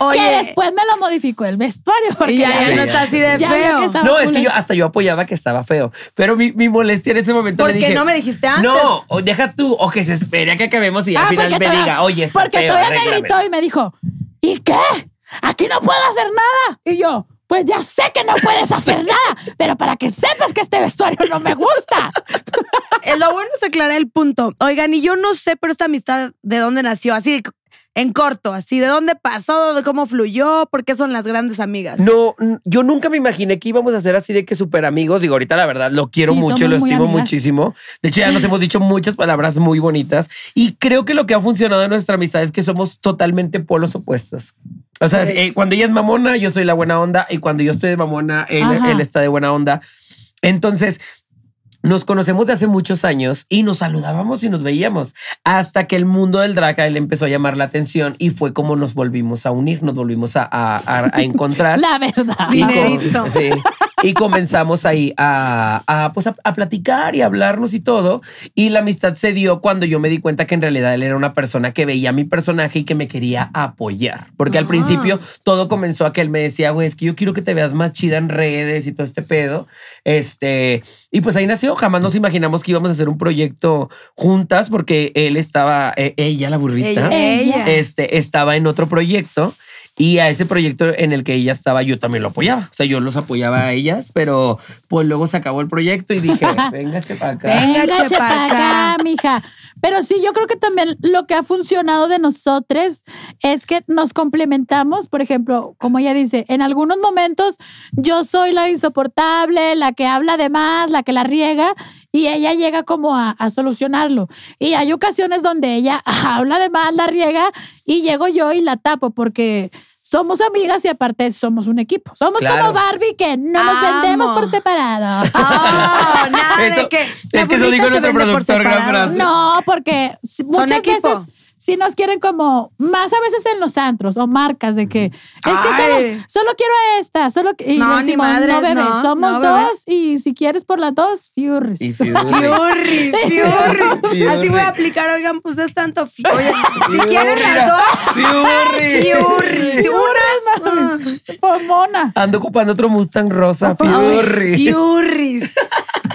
Oye.
que después me lo modificó el vestuario. Porque
Y ya, ya
Sí,
no
ya.
está así de
ya vio que
feo.
estaba
No, es que
culero.
yo hasta yo apoyaba que estaba feo. Pero mi, mi molestia en ese momento
¿Por
le
qué
dije,
no me dijiste antes?
No, o deja tú, o que se espere a que acabemos y al
Ah,
final me
todavía-
diga, oye, está
Porque
feo,
todavía me
arréglame".
gritó y me dijo, ¿y qué? Aquí no puedo hacer nada. Y yo, pues ya sé que no puedes hacer nada, pero para que sepas que este vestuario no me
<laughs>
gusta.
Eh, Lo bueno es aclarar el punto. Oigan, y yo no sé, pero esta amistad de dónde nació, así de- en corto, así de dónde pasó, de cómo fluyó, por qué son las grandes amigas.
No, n- yo nunca me imaginé que íbamos a ser así de que súper amigos. Digo, ahorita la verdad lo quiero
Sí,
mucho,
somos
lo
muy
estimo
amigas.
muchísimo. De hecho, ya nos hemos dicho muchas palabras muy bonitas. Y creo que lo que ha funcionado en nuestra amistad es que somos totalmente polos opuestos. O sea,
Ok.
eh, cuando ella es mamona, yo soy la buena onda. Y cuando yo estoy de mamona, él,
Ajá.
él está de buena onda. Entonces, nos conocemos de hace muchos años y nos saludábamos y nos veíamos hasta que el mundo del drag a él empezó a llamar la atención y fue como nos volvimos a unir, nos volvimos a, a- a-
<laughs>
a encontrar.
La verdad.
Y com-
Dinerito.
sí. Y comenzamos ahí a, a, pues, a- a platicar y a hablarnos y todo. Y la amistad se dio cuando yo me di cuenta que en realidad él era una persona que veía mi personaje y que me quería apoyar. Porque al
Ah.
principio todo comenzó a que él me decía, güey, es que yo quiero que te veas más chida en redes y todo este pedo. Este, y pues ahí nació. Jamás nos imaginamos que íbamos a hacer un proyecto juntas porque él estaba, eh, e, ella, la burrita
Ella.
Ella.
este, estaba en otro proyecto Y a ese proyecto en el que ella estaba, yo también lo apoyaba. O sea, yo los apoyaba a ellas, pero pues luego se acabó el proyecto
<laughs>
y dije, venga, para acá.
Venga,
Venga,
chepa
chepa
acá.
acá, mija. Pero sí, yo creo que también lo que ha funcionado de nosotros es que nos complementamos. Por ejemplo, como ella dice, en algunos momentos yo soy la insoportable, la que habla de más, la que la riega, y ella llega como a, a solucionarlo. Y hay ocasiones donde ella <laughs> habla de más, la riega, y llego yo y la tapo porque... Somos amigas y aparte somos un equipo. Somos
Claro.
como Barbie que no nos
Amo.
vendemos por separado.
<laughs> Ah, nada de
Eso-
que. la
es que eso
burrita
dijo
se
nuestro
vende por
productor, gran
separado.
frase.
No, porque si- muchas
equipo.
veces si nos quieren como más a veces en los antros o marcas de que es que
Ay.
solo, solo quiero a esta, solo que- y
No,
le
ni
decimos,
madres,
no bebé,
no,
somos
no, bebé".
dos y si quieres por las dos, furries.
Y fui- <laughs>
Fiurris, fiurris.
Fiurris.
Así voy a aplicar, oigan, pues es tanto
<laughs>
fi- Oye, si
Fiurris.
quieren las dos,
Fiurris.
fiurris. Una. Ah.
Pomona.
Ando ocupando otro Mustang rosa,
Ay,
Fiurri.
Fiurris.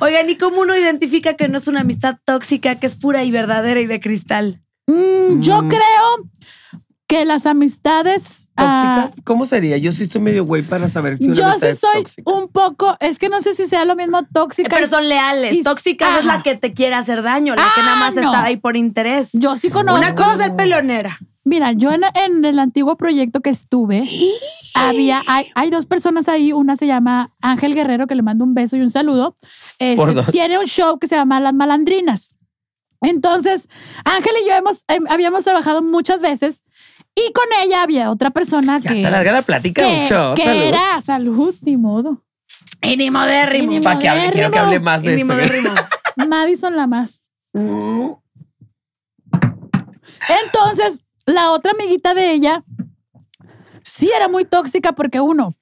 Oigan, ¿y cómo uno identifica que no es una amistad tóxica, que es pura y verdadera y de cristal?
Mm, yo
Mm.
creo que las amistades ah,
¿Tóxicas? ¿Cómo sería? Yo sí soy medio güey para saber si una
yo
amistad
sí
es
soy
tóxica.
un poco, es que no sé si sea lo mismo tóxica.
Eh, Pero son leales.
y-
Tóxicas es
ajá.
la que te quiere hacer daño, la que
Ah,
nada más
no.
está ahí por interés.
Yo sí conozco.
Una cosa es ser pelonera.
Mira, yo en, en el antiguo proyecto que estuve, había, hay, hay dos personas ahí. Una se llama Ángel Guerrero, que le mando un beso y un saludo. Este,
Por dos.
Tiene un show que se llama Las Malandrinas. Entonces, Ángel y yo hemos, em, habíamos trabajado muchas veces y con ella había otra persona
Ya
que,
está larga la plática de un
que,
show.
que
Salud.
era salud, ni modo.
Y ni modérrimo.
Inimo-
Pa' que hable, quiero que hable más
Y
de
ni
<laughs> eso.
modérrimo.
Madison la más.
Mm.
Entonces, la otra amiguita de ella sí era muy tóxica porque uno,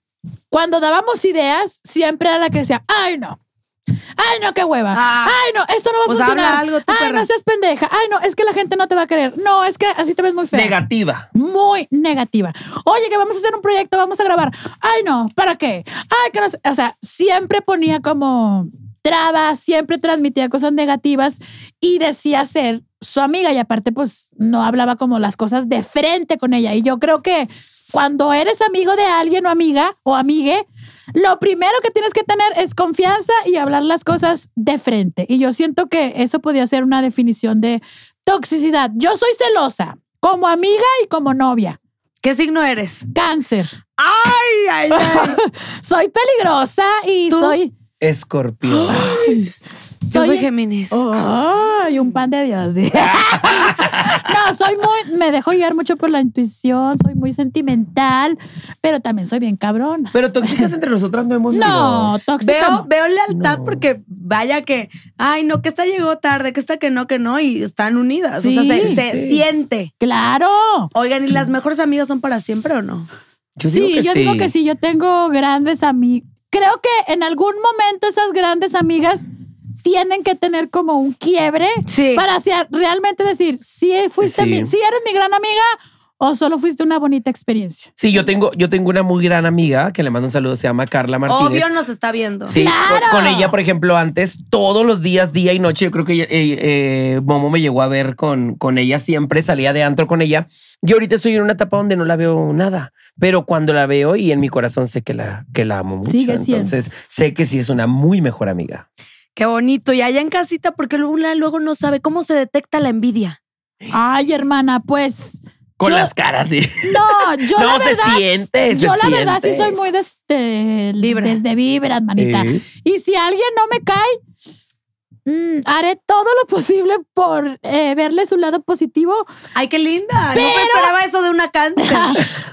cuando dábamos ideas, siempre era la que decía, ay no, ay no, qué hueva,
Ah.
ay no, esto no va a
Pues
funcionar,
habla algo, tú,
ay
perra".
no seas pendeja, ay no, es que la gente no te va a creer, no, es que así te ves muy fea.
Negativa.
muy negativa. Oye, que vamos a hacer un proyecto, vamos a grabar. Ay, no, ¿para qué? Ay, que no sé. O sea, siempre ponía como trabas, siempre transmitía cosas negativas y decía ser su amiga. Y aparte, pues no hablaba como las cosas de frente con ella. Y yo creo que cuando eres amigo de alguien o amiga o amigue, lo primero que tienes que tener es confianza y hablar las cosas de frente. Y yo siento que eso podía ser una definición de toxicidad. Yo soy celosa, como amiga y como novia.
¿Qué signo eres?
Cáncer.
¡Ay, ay, ay!
Soy peligrosa y
¿Tú?
soy.
Escorpión.
Yo soy Oh, Géminis.
Ay, un pan de Dios. <laughs> no, soy muy. Me dejo guiar mucho por la intuición, soy muy sentimental, pero también soy bien cabrona.
Pero tóxicas entre nosotras no hemos
No, tóxica.
Veo,
no.
veo lealtad
No.
porque vaya que, ay, no, que esta llegó tarde, que esta que no, que no, y están unidas. o
Sí,
sea, se, se
sí.
siente.
Claro.
Oigan, ¿y las mejores amigas son para siempre o no?
Yo
sí,
digo que
yo
sí.
digo que sí, yo tengo grandes amigas. Creo que en algún momento esas grandes amigas tienen que tener como un quiebre
Sí.
para hacia- realmente decir si fuiste
Sí.
mi, si eres mi gran amiga o solo fuiste una bonita experiencia.
Sí, yo tengo, yo tengo una muy gran amiga que le mando un saludo, se llama Carla Martínez.
Obvio nos está viendo.
Sí,
¡Claro!
con, con ella, por ejemplo, antes, todos los días, día y noche, yo creo que eh, eh, Momo me llegó a ver con, con ella siempre, salía de antro con ella. Y ahorita estoy en una etapa donde no la veo nada, pero cuando la veo y en mi corazón sé que la, que la amo mucho.
Sigue siendo.
Entonces, sé que sí es una muy mejor amiga.
Qué bonito. Y allá en casita, porque luego una luego no sabe cómo se detecta la envidia.
Ay, hermana, pues
Con
Yo-
las caras, sí.
no, yo
<laughs> no
la
se
verdad,
siente. se
yo la verdad sí
siente.
soy muy desde
Vibra.
desde vibras, manita.
Eh,
Y si alguien no me cae, mm, haré todo lo posible por eh, verle su lado positivo
Ay, qué linda. No me
Pero-
esperaba eso de una <laughs> cáncer.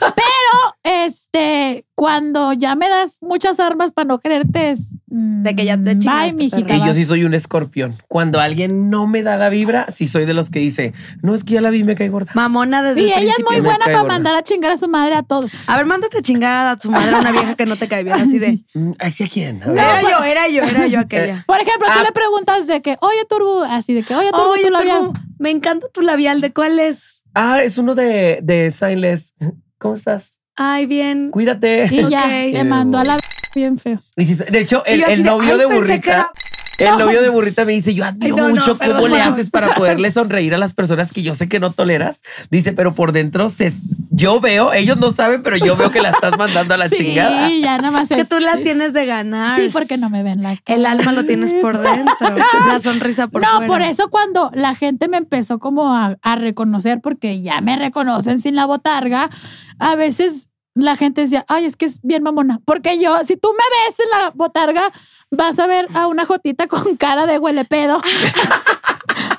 Pero, este, cuando ya me das muchas armas para no quererte, es,
De que ya te
mm,
chingaste,
Bye, mijita.
Y yo
bye.
sí soy un escorpión. Cuando alguien no me da la vibra, sí soy de los que dice, no, es que ya la vi, me cae gorda.
Mamona desde
Y
el
ella es
principio.
muy
me
buena
cae
para
gorda.
mandar a chingar a su madre a todos.
A ver, mándate a chingar a tu madre a una vieja que no te cae bien, así <laughs> de.
Mm, ¿Así a quién? A ver.
Era yo, era yo, era yo aquella. <laughs>
Por ejemplo, tú
Ah.
le preguntas de que, oye, Turbo, así de que, oye, Turbo,
Oye,
tú lo habías.
Turbo, me encanta tu labial. ¿De cuál es?
Ah, es uno de, de Signless. ¿Cómo estás?
Ay, bien.
Cuídate.
Y ya,
Ok.
le mandó a la bien feo.
Y sí, de hecho,
Y
el,
yo así
el novio
ay,
de
pensé que
Burrita.
era-
El novio de burrita me dice, yo admiro
Ay, no, no,
mucho
pero
cómo le
no.
haces para poderle sonreír a las personas que yo sé que no toleras. Dice, pero por dentro se, yo veo, ellos no saben, pero yo veo que la estás mandando a la
sí,
chingada.
ya nada más
Es <laughs> que
es-
tú las tienes de ganar.
Sí, porque no me ven la
El alma lo tienes por <laughs> dentro, la sonrisa por
no,
fuera.
por eso cuando la gente me empezó como a, a reconocer, porque ya me reconocen sin la botarga, a veces la gente decía, ay, es que es bien mamona. Porque yo, si tú me ves en la botarga, vas a ver a una jotita con cara de huele pedo.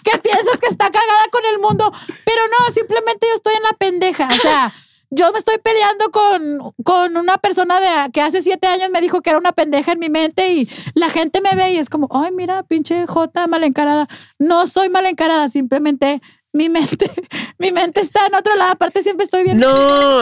que piensas que está cagada con el mundo, pero no, simplemente yo estoy en la pendeja. O sea, yo me estoy peleando con, con una persona de, que hace siete años me dijo que era una pendeja en mi mente y la gente me ve y es como, ay, mira, pinche Jota mal encarada. No soy mal encarada, simplemente mi mente, <laughs> mi mente está en otro lado. Aparte, siempre estoy bien.
No,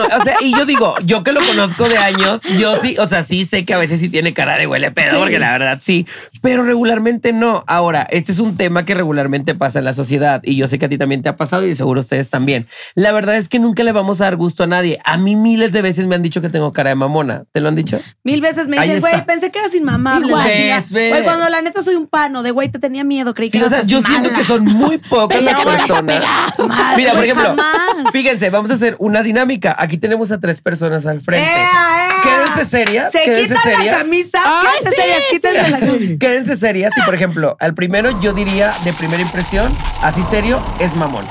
o sea, y yo digo, yo que lo conozco de años, yo sí, o sea, sí sé que a veces sí tiene cara de huele pedo, porque la verdad sí, pero regularmente no. Ahora, este es un tema que regularmente pasa en la sociedad y yo sé que a ti también te ha pasado y seguro ustedes también. La verdad es que nunca le vamos a dar gusto a nadie. A mí miles de veces me han dicho que tengo cara de mamona. ¿Te lo han dicho?
Mil veces me
Ahí
dices, güey,
está.
pensé que eras inmamable.
Igual.
la
Ves,
chingada.
ves.
Güey, cuando la neta soy un pano de, güey, te tenía miedo, creí que
Sí, o sea,
eras
yo siento
mala".
que son muy pocas
Pensé
las
que me ibas a
personas.
pegar.
Mal,
<laughs> Mira, por
güey,
ejemplo,
jamás.
fíjense, vamos a hacer una dinámica. Aquí tenemos a tres personas al frente.
¡Ea, ea!
Quédense serias.
Se
quédense
quitan
serias.
la camisa.
Ay,
quédense
sí,
serias,
sí,
quítense
sí.
la camisa.
Quédense serias y, por ejemplo, al primero yo diría de primera impresión, así serio, es mamón.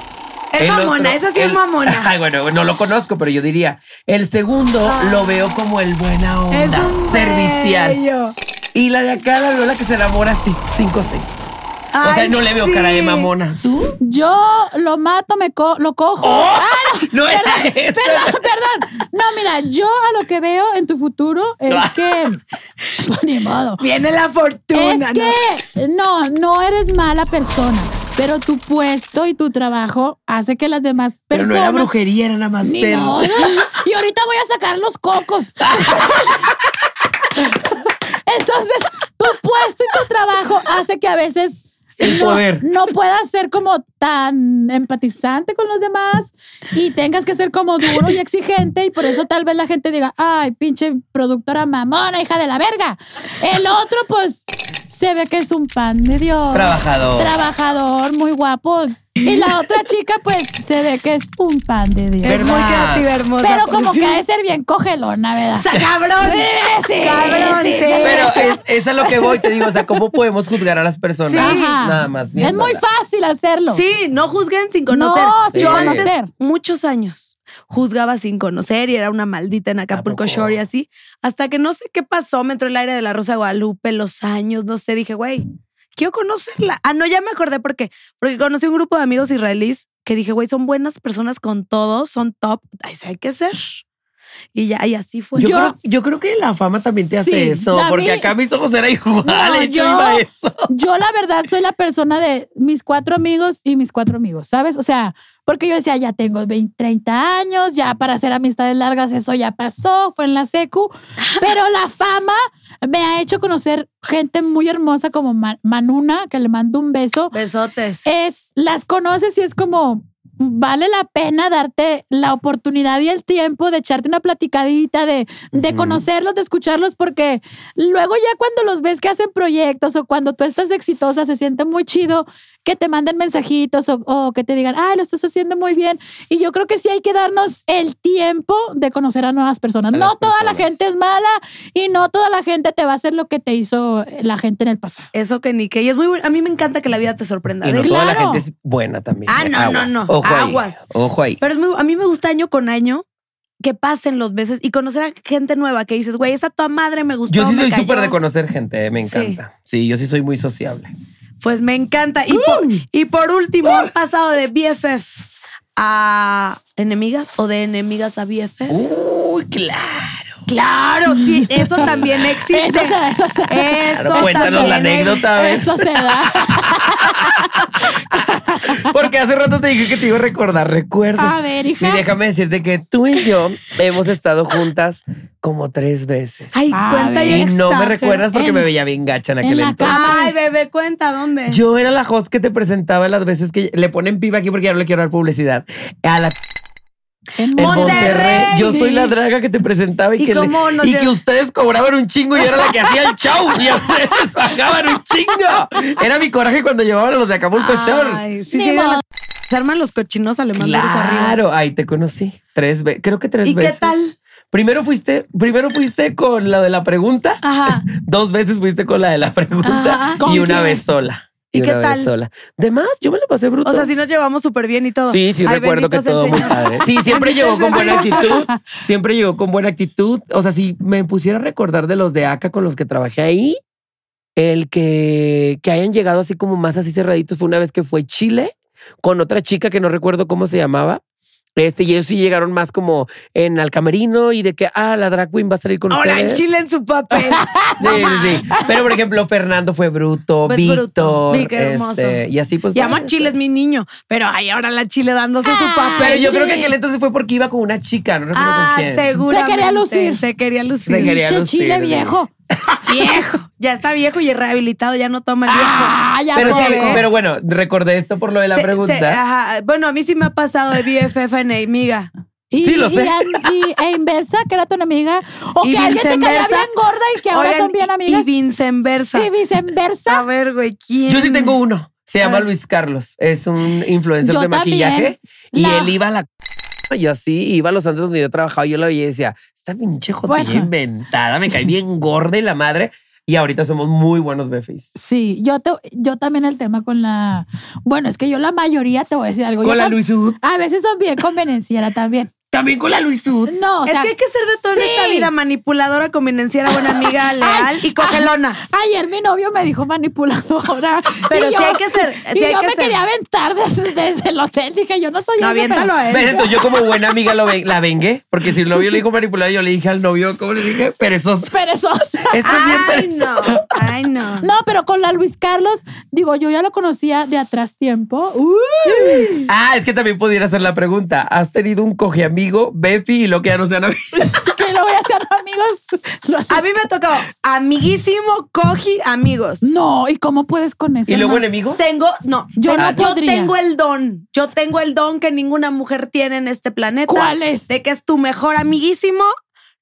Es
El
mamona, esa sí es
el-
mamona.
<laughs> Ay, bueno, no lo conozco, pero yo diría. El segundo lo veo como el buena onda,
Es un
servicial.
bello.
Y la de acá la veo la que se enamora así, 5 o 6. O sea,
Ay,
no le veo
sí.
cara
<laughs>
de mamona. ¿Tú?
Yo lo mato, me co- lo cojo.
¡Oh!
¡Ah, no!
No era eso.
Perdón, <laughs> perdón. No, mira, yo a lo que veo en tu futuro es
Ah.
que. pues, Ni
<laughs>
modo.
Viene la fortuna. ¿no?
Es que no, no eres mala persona, pero tu puesto y tu trabajo hace que las demás
Pero no
personas.
era brujería, era nada más
Ni
termo.
modo. Y ahorita voy a sacar los cocos. Entonces, tu puesto y tu trabajo hace que a veces
El
no,
poder.
no puedas ser como tan empatizante con los demás y tengas que ser como duro y exigente y por eso tal vez la gente diga, ay, pinche productora mamona, hija de la verga. El otro, pues, se ve que es un pan de Dios.
Trabajador.
Trabajador, muy guapo. Y la otra chica, pues, se ve que es un pan de Dios.
Es muy
¿verdad?
creativa, hermosa.
Pero
pues,
como
sí.
que ha de ser bien cogelona, ¿verdad?
O sea, cabrón.
Sí, sí,
cabrón,
sí,
sí.
sí.
Pero es, es a lo que voy, te digo, o sea, ¿cómo podemos juzgar a las personas?
Sí.
Ajá.
Nada más.
Es muy
viéndolas.
fácil hacerlo.
Sí, no juzguen sin conocer.
No, sin
Yo
conocer.
antes, muchos años, juzgaba sin conocer y era una maldita en Acapulco
poco?
Shore y así. Hasta que no sé qué pasó, me entró el aire de la Rosa de Guadalupe, los años, no sé. Dije, güey, quiero conocerla. Ah, no, ya me acordé por qué. Porque conocí un grupo de amigos israelíes que dije, güey, son buenas personas con todos, son top. Ay, sí, hay que ser. Y ya, y así fue.
Yo,
Yo-
creo, yo creo que la fama también te hace
Sí,
eso,
a
porque
mí-
acá mis ojos eran
No,
iguales. yo
yo-
iba a eso.
Yo, la verdad, soy la persona de mis cuatro amigos y mis cuatro amigos, ¿sabes? O sea, porque yo decía, ya tengo 20, 30 años, ya para hacer amistades largas, eso ya pasó, fue en la secu. Pero la fama me ha hecho conocer gente muy hermosa como Ma- Manuna, que le mando un beso.
Besotes.
es las conoces y es como vale la pena darte la oportunidad y el tiempo de echarte una platicadita, de, de
Ujú.
conocerlos, de escucharlos, porque luego ya cuando los ves que hacen proyectos o cuando tú estás exitosa, se siente muy chido que te manden mensajitos o, o que te digan, ay, lo estás haciendo muy bien. Y yo creo que sí hay que darnos el tiempo de conocer a nuevas personas.
A
no
las
toda la
personas.
gente es mala y no toda la gente te va a hacer lo que te hizo la gente en el pasado.
Eso que ni que. Y es muy bueno. A mí me encanta que la vida te sorprenda.
Y
de
no
que-
toda la
claro.
gente es buena también.
Ah,
¿eh?
no, no,
Aguas.
no.
Ojo ahí,
Aguas.
Ojo ahí.
Pero es muy- a mí me gusta año con año que pasen los meses y conocer a gente nueva que dices, güey, esa tu madre me gustó.
Yo sí
me
soy
cayó".
súper de conocer gente, eh, me
Sí.
encanta. Sí. yo sí soy muy sociable.
Pues me encanta. Y, por, y por último, han pasado de BFF a enemigas o de enemigas a BFF.
Uy, claro.
Claro, sí, eso también
<laughs>
existe.
Eso se- eso se-
Eso
Claro, cuéntanos la
también es-
anécdota, a ver.
Eso se da.
Porque hace rato te dije que te iba a recordar recuerdos.
A ver, hija.
Y déjame decirte que tú y yo hemos estado juntas como tres veces.
Ay,
A
cuenta
ver.
y
y no me
exagera.
recuerdas porque
En-
me veía bien gacha en aquel
la
entonces.
Ay, bebé, cuenta dónde.
Yo era la host que te presentaba las veces que le ponen piba aquí porque ya no le quiero dar publicidad. A la
En
En
Monterrey.
Yo soy
Sí.
la draga que te presentaba y,
¿Y
que, le-
cómo nos
y
lle-
que ustedes cobraban un chingo y yo era la que hacía el show y a ustedes pagaban un chingo. Era mi coraje cuando llevaban a los de Acapulco Shore.
Ay, sí,
Ni
sí,
modo.
la- se arman los cochinos alemanes arriba.
Claro, ahí te conocí. Tres veces, creo que tres
¿Y
veces.
qué tal?
Primero fuiste, primero fuiste con la de la pregunta.
Ajá.
Dos veces fuiste con la de la pregunta
Ah. Ajá.
y
¿Con
una
quién?
vez sola.
¿Y qué
una vez
tal?
sola. De más, yo me la pasé brutal.
O sea, sí nos llevamos súper bien y todo.
Sí, sí,
Ay,
recuerdo que
bendito sea el
todo muy
Señor.
padre. Sí, siempre
Bendito
llegó
sea
con
el
buena
Señor.
actitud. Siempre llegó con buena actitud. O sea, si me pusiera a recordar de los de ACA con los que trabajé ahí, el que, que hayan llegado así como más así cerraditos fue una vez que fue Chile con otra chica que no recuerdo cómo se llamaba. Este, y ellos sí llegaron más como en al camerino y de que, ah, la drag queen va a salir con
Ahora el
ustedes.
chile en su
<laughs>
papel.
Sí, sí, sí. Pero, por ejemplo, Fernando fue bruto,
Pues
Víctor.
bruto. Vi que hermoso.
este, y así pues.
Y amo a
varios.
Chile, es mi niño. Pero ay, ahora la Chile dándose su
Ay,
papel.
Pero yo creo que
Chile.
aquel entonces fue porque iba con una chica, no recuerdo
Ah,
con quién.
seguramente.
Se quería lucir.
Se quería lucir.
Se quería
Pinche
lucir,
chile
sí.
viejo.
Viejo. Ya está viejo y es rehabilitado, ya no toma el viejo.
Ah, ya
Pero,
me
sí,
ve.
pero bueno, recordé esto por lo de la
Se- ah,
pregunta.
se- ajá. Bueno, a mí sí me ha pasado de BFF en Amiga.
Y,
Sí, lo sé.
Y, Angie- e Inversa, que era tu enemiga. O
Y
que alguien te caía
viceversa.
bien gorda y que ahora
Oigan,
son bien
y-
amigas.
Y viceversa.
Sí, viceversa.
A ver, güey, ¿quién?
Yo sí tengo uno. Se llama
Ah.
Luis Carlos. Es un influencer
Yo
de
también.
maquillaje. Y
La-
él iba a la. <laughs> c- Yo así iba a los santos donde yo trabajaba. Yo lo veía y decía, esta pinche jotilla
Bueno.
inventada. Me cae bien gorda y la madre. Y ahorita somos muy buenos befis.
Sí, yo, te, yo también el tema con la. Bueno, es que yo la mayoría te voy a decir algo. Yo
Con la
tam-
Luisud.
A veces son bien convenenciera también.
También con la Luisud.
No, o
Es
sea,
que hay que ser de todo en
sí.
esta vida: manipuladora, convenenciera, buena
<laughs>
amiga, leal y cogelona.
ayer mi novio me dijo manipuladora.
Pero
Y
sí hay que ser,
y
sí hay
yo
que
me
ser.
quería aventar desde, desde el hotel. Dije, yo no soy
No,
hombre,
aviéntalo
pero-
a
Pero
él.
entonces yo como buena amiga lo ven- la vengué. Porque si el novio le dijo manipulado, yo le dije al novio, ¿cómo le dije? Perezoso.
<laughs> Perezosa.
Esto es bien
Ay,
perezoso.
no. Ay, no.
<laughs> No, pues, pero con la Luis Carlos, digo, yo ya lo conocía de atrás tiempo. Uy.
Ah, es que también pudiera hacer la pregunta. ¿Has tenido un coge amigo, Befi, y lo que ya no sean amigos?
que lo voy a hacer amigos. Lo-
A mí me ha tocado amiguísimo, coji, amigos.
No, ¿y cómo puedes con eso?
<laughs> ¿Y luego
no?
enemigo?
Tengo, no.
Yo
tengo-
no podría.
tengo el don. Yo tengo el don que ninguna mujer tiene en este planeta.
¿Cuál es?
De que es tu mejor amiguísimo.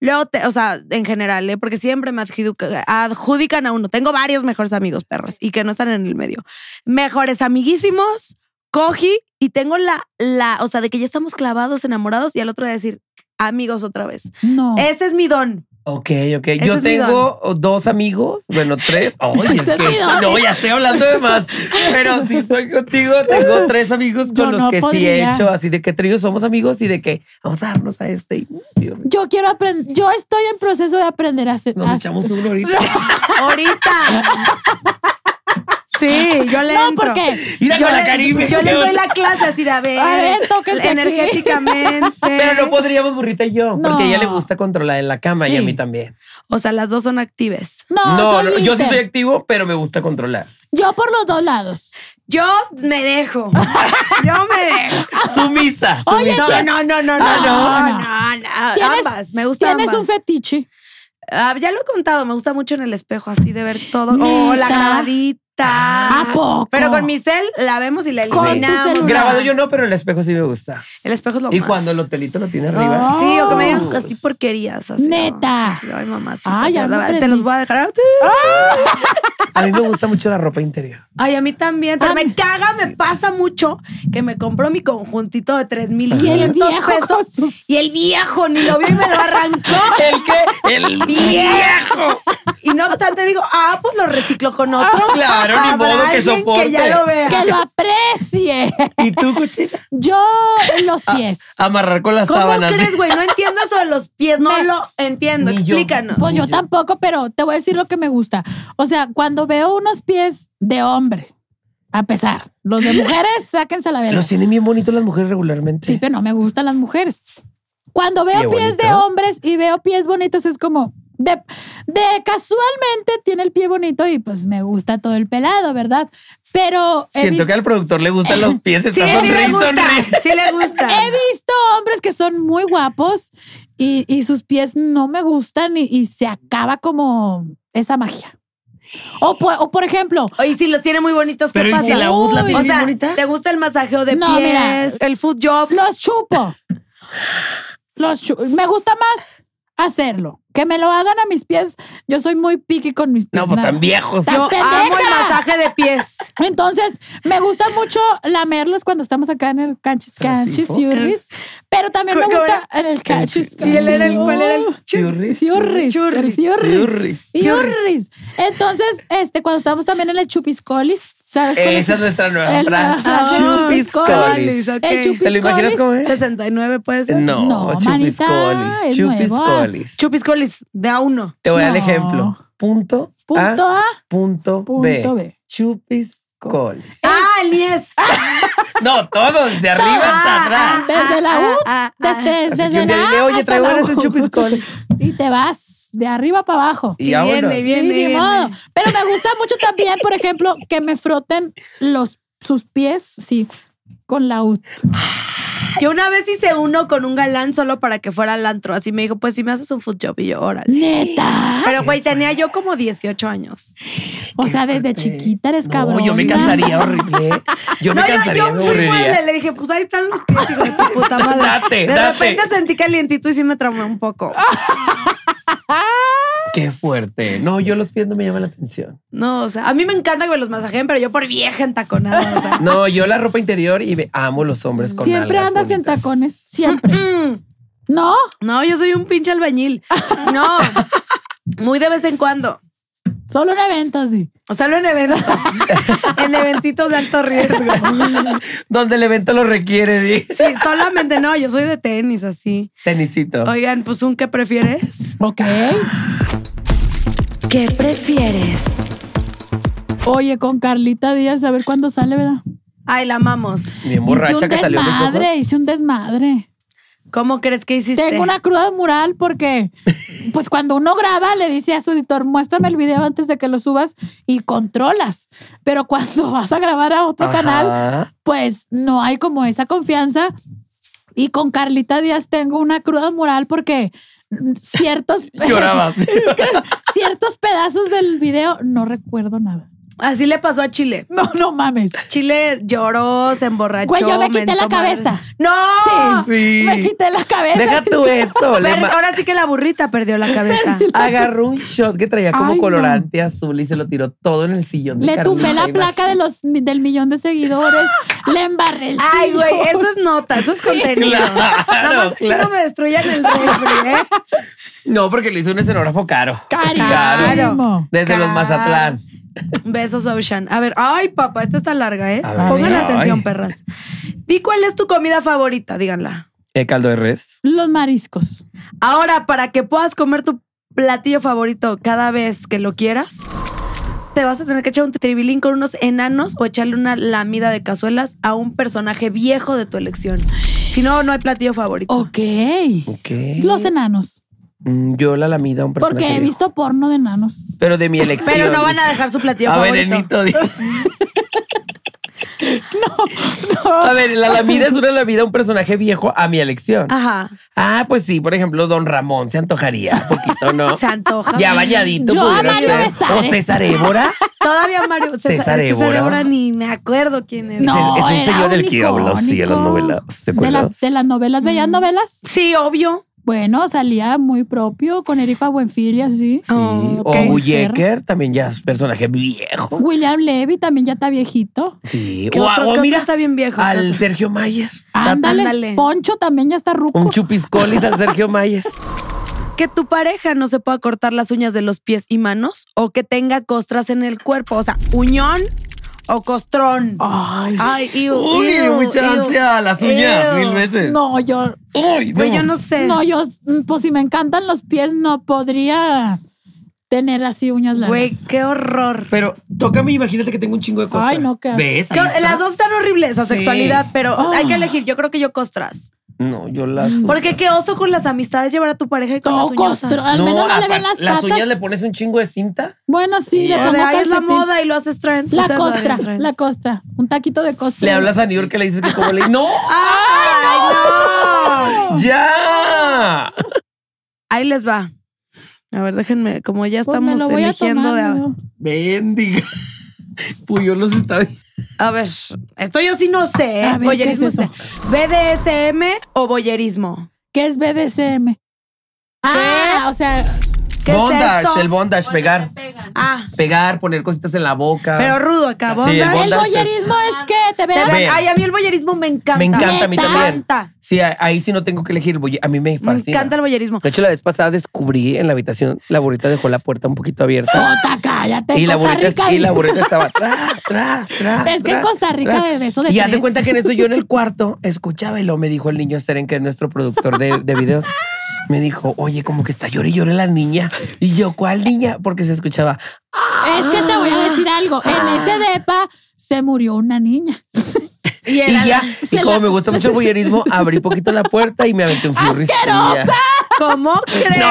Luego, te- o sea, en general, ¿eh? porque siempre me adjudica- adjudican a uno. Tengo varios mejores amigos perros y que no están en el medio. Mejores amiguísimos, cogí y tengo la, la, o sea, de que ya estamos clavados, enamorados y al otro día decir amigos otra vez.
No.
Eh.
Ese es mi don.
Ok, ok. Yo
es mi
tengo dos amigos, bueno, <laughs> tres. Ay, es
Ese es mi
que
don.
no, ya estoy hablando de más. Pero si estoy contigo, tengo tres amigos
Yo
con los
no
que sí
podría.
he hecho así de que trío somos amigos y de que vamos a darnos a este. y- Dios mío,
Yo quiero aprender. Yo estoy en proceso de aprender a hacer.
Nos
a-
echamos uno ahorita. <laughs>
Ahorita. Sí, yo le
No,
entro.
porque.
Ir a
yo
con la
le-
Caribe.
yo le doy la clase así de a ver,
Eh,
A ver, tóquense aquí.
energéticamente.
Pero no podríamos burrita y yo, porque a ella le
No.
gusta controlar en la cama y a
Sí.
mí también.
O sea, las dos son actives.
<laughs> No,
no,
soy
no, yo sí
líder.
soy activo, pero me gusta controlar.
Yo por los dos lados.
Yo me dejo. Yo me dejo.
Sumisa, sumisa.
Oye,
No, no, no, no, no,
Ah,
no,
no.
no, no.
¿Tienes-
Ambas, me gustan
Tienes un
ambas.
fetiche.
Ah, ya lo he contado, me gusta mucho en el espejo, así de ver todo. O la
Neta.
grabadita.
¿A poco?
Pero con mi cel la vemos y la
Con tu
eliminamos.
celular.
Grabado yo no, pero el espejo sí me gusta.
El espejo es lo
Y
más.
cuando el hotelito lo tiene arriba.
Sí, o que me
Oh.
digan así porquerías. Así,
Neta.
Así, ay, mamá.
Ay, ya me
te
aprendí.
los voy a dejar.
A mí me gusta mucho la ropa interior.
Ay, a mí también. Pero
A mí-
me caga, me pasa mucho que me compró mi conjuntito de
Y el
3,500
viejo con
pesos.
sus-
Y el viejo ni lo vio y me lo arrancó.
¿El qué? El viejo.
Y no obstante, digo, ah, pues lo reciclo con otro.
Claro, ni
Habrá
modo que
alguien
soporte.
Que ya lo vea.
Que lo aprecie.
¿Y tú, cuchita?
Yo en los
Ah,
pies.
Amarrar con las
¿Cómo
sábanas.
crees, güey? No entiendo eso de los pies. No
Me-
lo entiendo.
Ni yo.
Explícanos.
Pues
Ni
yo
yo.
tampoco, pero te voy a decir lo que me gusta. O sea, cuando veo unos pies de hombre, a pesar, los de mujeres, <laughs> sáquense a la verga.
Los tienen bien bonitos las mujeres regularmente.
Sí, pero no me gustan las mujeres. Cuando veo
Qué
pies de
bonito.
hombres y veo pies bonitos, es como de, de casualmente tiene el pie bonito y pues me gusta todo el pelado, ¿verdad? Pero he,
Siento
vis-
que al productor le gustan los pies.
Sí,
Está
sí le
sonríe,
gusta.
sonríe.
Sí le gusta.
he visto hombres que son muy guapos y, y sus pies no me gustan y, y se acaba como esa magia. O, po- o por ejemplo,
Oye, si los tiene muy bonitos, ¿qué
Pero ¿y
pasa?
si la
Uy.
UD la
O
tiene
o
bien
sea,
bonita?
¿te gusta el masajeo de
No,
pies?
mira.
El food job.
los chupo. Los chu- me gusta más hacerlo. Que me lo hagan a mis pies. Yo soy muy piqui con mis pies.
No, pues
nada.
tan viejos.
Tan
Yo
pendeja.
amo el masaje de pies.
<laughs>
Entonces, me gusta mucho lamerlos cuando estamos acá en el
Ah,
canchis canchis,
Recibo.
yurris. Pero también me
¿Cómo
gusta en el canchis
¿Y él era el,
canchis.
cuál era el
Churris.
Fiurris, el
Churris.
fiurris.
Churris.
Fiurris. Entonces, este, cuando estamos también en el chupiscolis, ¿sabes? cuál
Esa es nuestra nueva
El-
frase.
ajá, el
Chupiscolis.
chupiscolis.
ok.
El chupiscolis.
¿Te lo imaginas cómo es?
69 puede ser.
No,
No,
chupiscolis.
manita, es
chupiscolis.
Chupiscolis, de a uno.
Te voy a dar el
No.
ejemplo. Punto,
Punto
A,
A,
punto, B.
punto B.
Chupiscolis.
¡Ah, el 10!
No, todos, de arriba hasta atrás.
ah, Desde la U,
ah, ah, ah.
Desde,
Así
desde
que un día
la
dile,
A
oye,
hasta
traigo
la
ganas de
U".
chupiscolis.
<laughs> Y te vas de arriba para abajo.
Y
Y viene,
vámonos.
viene.
Sí, ni modo.
viene.
Pero me gusta mucho también, por ejemplo, que me froten los sus pies, sí, con la U.
Yo ah. una vez hice uno con un galán solo para que fuera al antro. Así me dijo, pues si me haces un food job. Y yo, órale.
Neta.
Pero güey, tenía yo como 18 años.
O
Qué
sea, desde
fuerte.
chiquita eres cabrón.
No, yo me cansaría horrible. ¿eh? Yo me
no,
cansaría,
yo,
me
yo fui
aburriría.
mal. Le dije, pues ahí están los pies, hijo de tu
<laughs>
puta madre.
Date,
de
date. Ah,
repente sentí calientito y sí me traumé un poco.
Qué fuerte. No, yo los pies no me llaman la atención.
No, o sea, a mí me encanta que me los masajeen, pero yo por vieja entaconada. O sea,
<laughs>
No, yo la ropa interior y me- amo los hombres con
Siempre
nalgas
andas en
bonitas.
tacones,
<laughs>
siempre.
mm,
¿No?
no, yo soy un pinche albañil. No, muy de vez en cuando.
Solo en eventos, sí.
O sea, lo en eventos. <laughs> en eventitos de alto riesgo.
Donde el evento lo requiere, di.
Sí, solamente no, yo soy de tenis así.
Tenisito.
Oigan, pues un ¿qué prefieres?
Ok.
¿Qué prefieres?
Oye, con Carlita Díaz, a ver cuándo sale, ¿verdad?
Ay, la amamos.
Bien
hice
borracha
un
que salió de sus ojos.
desmadre, hice un desmadre.
¿Cómo crees que hiciste?
Tengo una cruda mural
<laughs>
porque, pues cuando uno graba, le dice a su editor, muéstrame el video antes de que lo subas y controlas. Pero cuando <laughs> vas a grabar a otro
Ajá.
este canal, pues no hay como esa confianza. Y con Carlita Díaz tengo una cruda mural porque ciertos,
<laughs> Llorabas.
<laughs> ciertos pedazos del video no recuerdo nada.
Así le pasó a Chile.
No, no
<laughs>
mames.
Chile lloró, se emborrachó.
Güey, yo me quité
mentó
la cabeza.
madre. ¡No!
Ah, Sí.
Me quité la cabeza.
Deja
<laughs>
tú eso. le
Per-
ma-
ahora sí que la burrita perdió la
<laughs>
cabeza.
Agarró un shot que traía como
Ay, no.
colorante azul y se lo tiró todo en el sillón. de
Le tumbé
Carlita,
la placa de los, del millón de
<laughs>
seguidores. le embarré el
Ay,
sillón.
güey, eso es nota, eso es contenido.
claro,
Nada más que
claro.
no me destruyan el refri,
<laughs>
¿eh?
No, porque lo hizo un escenógrafo caro.
Carísimo.
Claro.
Desde los
Caro.
Mazatlán.
Besos, Ocean. A ver, ay, papá, esta está larga, ¿eh?
A ver.
Pongan
Ay.
atención, perras. Di cuál es tu comida favorita, díganla.
El Eh, caldo de res.
Los mariscos.
Ahora, para que puedas comer tu platillo favorito cada vez que lo quieras, te vas a tener que echar un tribilín con unos enanos o echarle una lamida de cazuelas a un personaje viejo de tu elección. Si no, no hay platillo favorito.
Oh,
Ok.
Ok.
Los enanos.
Mm, Yo la lamida a un personaje
Porque he
viejo.
visto porno de enanos.
Pero de mi elección.
Pero no van a
dice.
dejar su platillo
A ver,
favorito.
Enito. di- A ver, la lamida es una lamida a un personaje viejo a mi elección.
Ajá.
Ah, pues sí, por ejemplo, Don Ramón se antojaría un poquito, ¿no?
Se antoja.
Ya bañadito.
Yo a
pudiera
Mario
ser.
Besares.
O César Évora.
Todavía Mario César,
César Évora.
César Évora ni me acuerdo quién es.
Ese
No,
es- es un
era
señor el que habla así en las
icónico.
novelas, ¿te
De las,
acuerdas? Mm.
de las novelas, bellas novelas.
Sí, obvio.
Bueno, salía muy propio con Erika Buenfil y así.
Sí.
Oh, ok.
O Buyeker, también ya es personaje viejo.
William Levy también ya está viejito.
Sí.
¿Qué
O,
otro-
o
qué otro
mira,
está bien viejo? ¿Qué
al
otro?
Sergio Mayer.
Ándale.
Ándale.
Poncho también ya está ruco.
Un chupiscolis al Sergio Mayer.
Que tu pareja no se pueda cortar las uñas de los pies y manos o que tenga costras en el cuerpo. O sea, uñón o costrón.
Ay,
Ay, iu,
Uy,
iu,
mucha
iu.
ansia, las uñas,
Iu.
mil veces.
no, yo,
Uy,
Güey, yo no sé.
no, yo, pues si me encantan los pies, no podría tener así uñas largas.
Güey, qué horror.
Pero tócame, imagínate que tengo un chingo de cosas.
Ay, no, qué asco.
¿Ves? Ahí
Qué hor-
está.
las dos están horribles a
Sí.
sexualidad, pero
Ah.
hay que elegir. Yo creo que yo costras.
No, yo las.
Porque qué oso con las amistades llevar a tu pareja y con
No,
las uñas.
costro- al
No,
menos no le
aparte,
ven las,
las
patas.
uñas le pones un chingo de cinta.
Bueno, sí, le
Ya.
O
pongo
sea, ahí es la
calcetín.
moda y lo haces trend.
La
Ustedes lo
costra,
harían trend.
la costra. Un taquito de costra.
Le hablas a New York que le dices que
<laughs>
como
Ah,
le. ¡No!
¡Ay, no!
¡Ya!
Ahí les va. A ver, déjenme, como ya
Pues
estamos
me lo voy a
eligiendo
tomar,
<laughs>
de-
¿no?
Bendiga. Pues yo los estaba.
A ver, esto yo sí no sé. ¿eh?
A ver, ¿qué
Voyerismo
es eso?
sé. ¿BDSM o boyerismo?
¿Qué es BDSM? Ah, o sea,
¿Qué es
bondage,
eso?
el bondage, pegar.
Ah,
Pegar, poner cositas en la boca.
pero rudo acá,
Sí, el
bondage.
el
Bondage es-
boyerismo es que te
De
vean.
verdad,
Ver.
Ay, a mí el boyerismo me encanta.
me encanta a mí
Me
también.
encanta.
Sí, a- ahí sí no tengo que elegir. el bolle- A mí me
Me
fascina.
encanta el boyerismo.
De hecho, la vez pasada descubrí en la habitación, la burrita dejó la puerta un poquito abierta.
Puta, cállate.
Y la,
Costa
burrita,
Rica.
y la burrita estaba tras, tras, tras.
Es que en
tras,
Costa Rica
tras.
de beso de
Y haz de
tres.
cuenta que en eso yo en el cuarto escuchaba y luego me dijo el niño Seren, que es nuestro productor de, de videos. Me dijo, oye, como que está llore y llore la niña. Y yo, ¿cuál niña? Porque se escuchaba.
Es que te voy a decir algo. En ese depa se murió una niña.
Y
Y
era
ya,
la-
y
se
como
la-
me gusta mucho el
<laughs>
bullerismo, abrí poquito la puerta y me aventé un furry.
¡Asquerosa!
<laughs>
¿Cómo crees?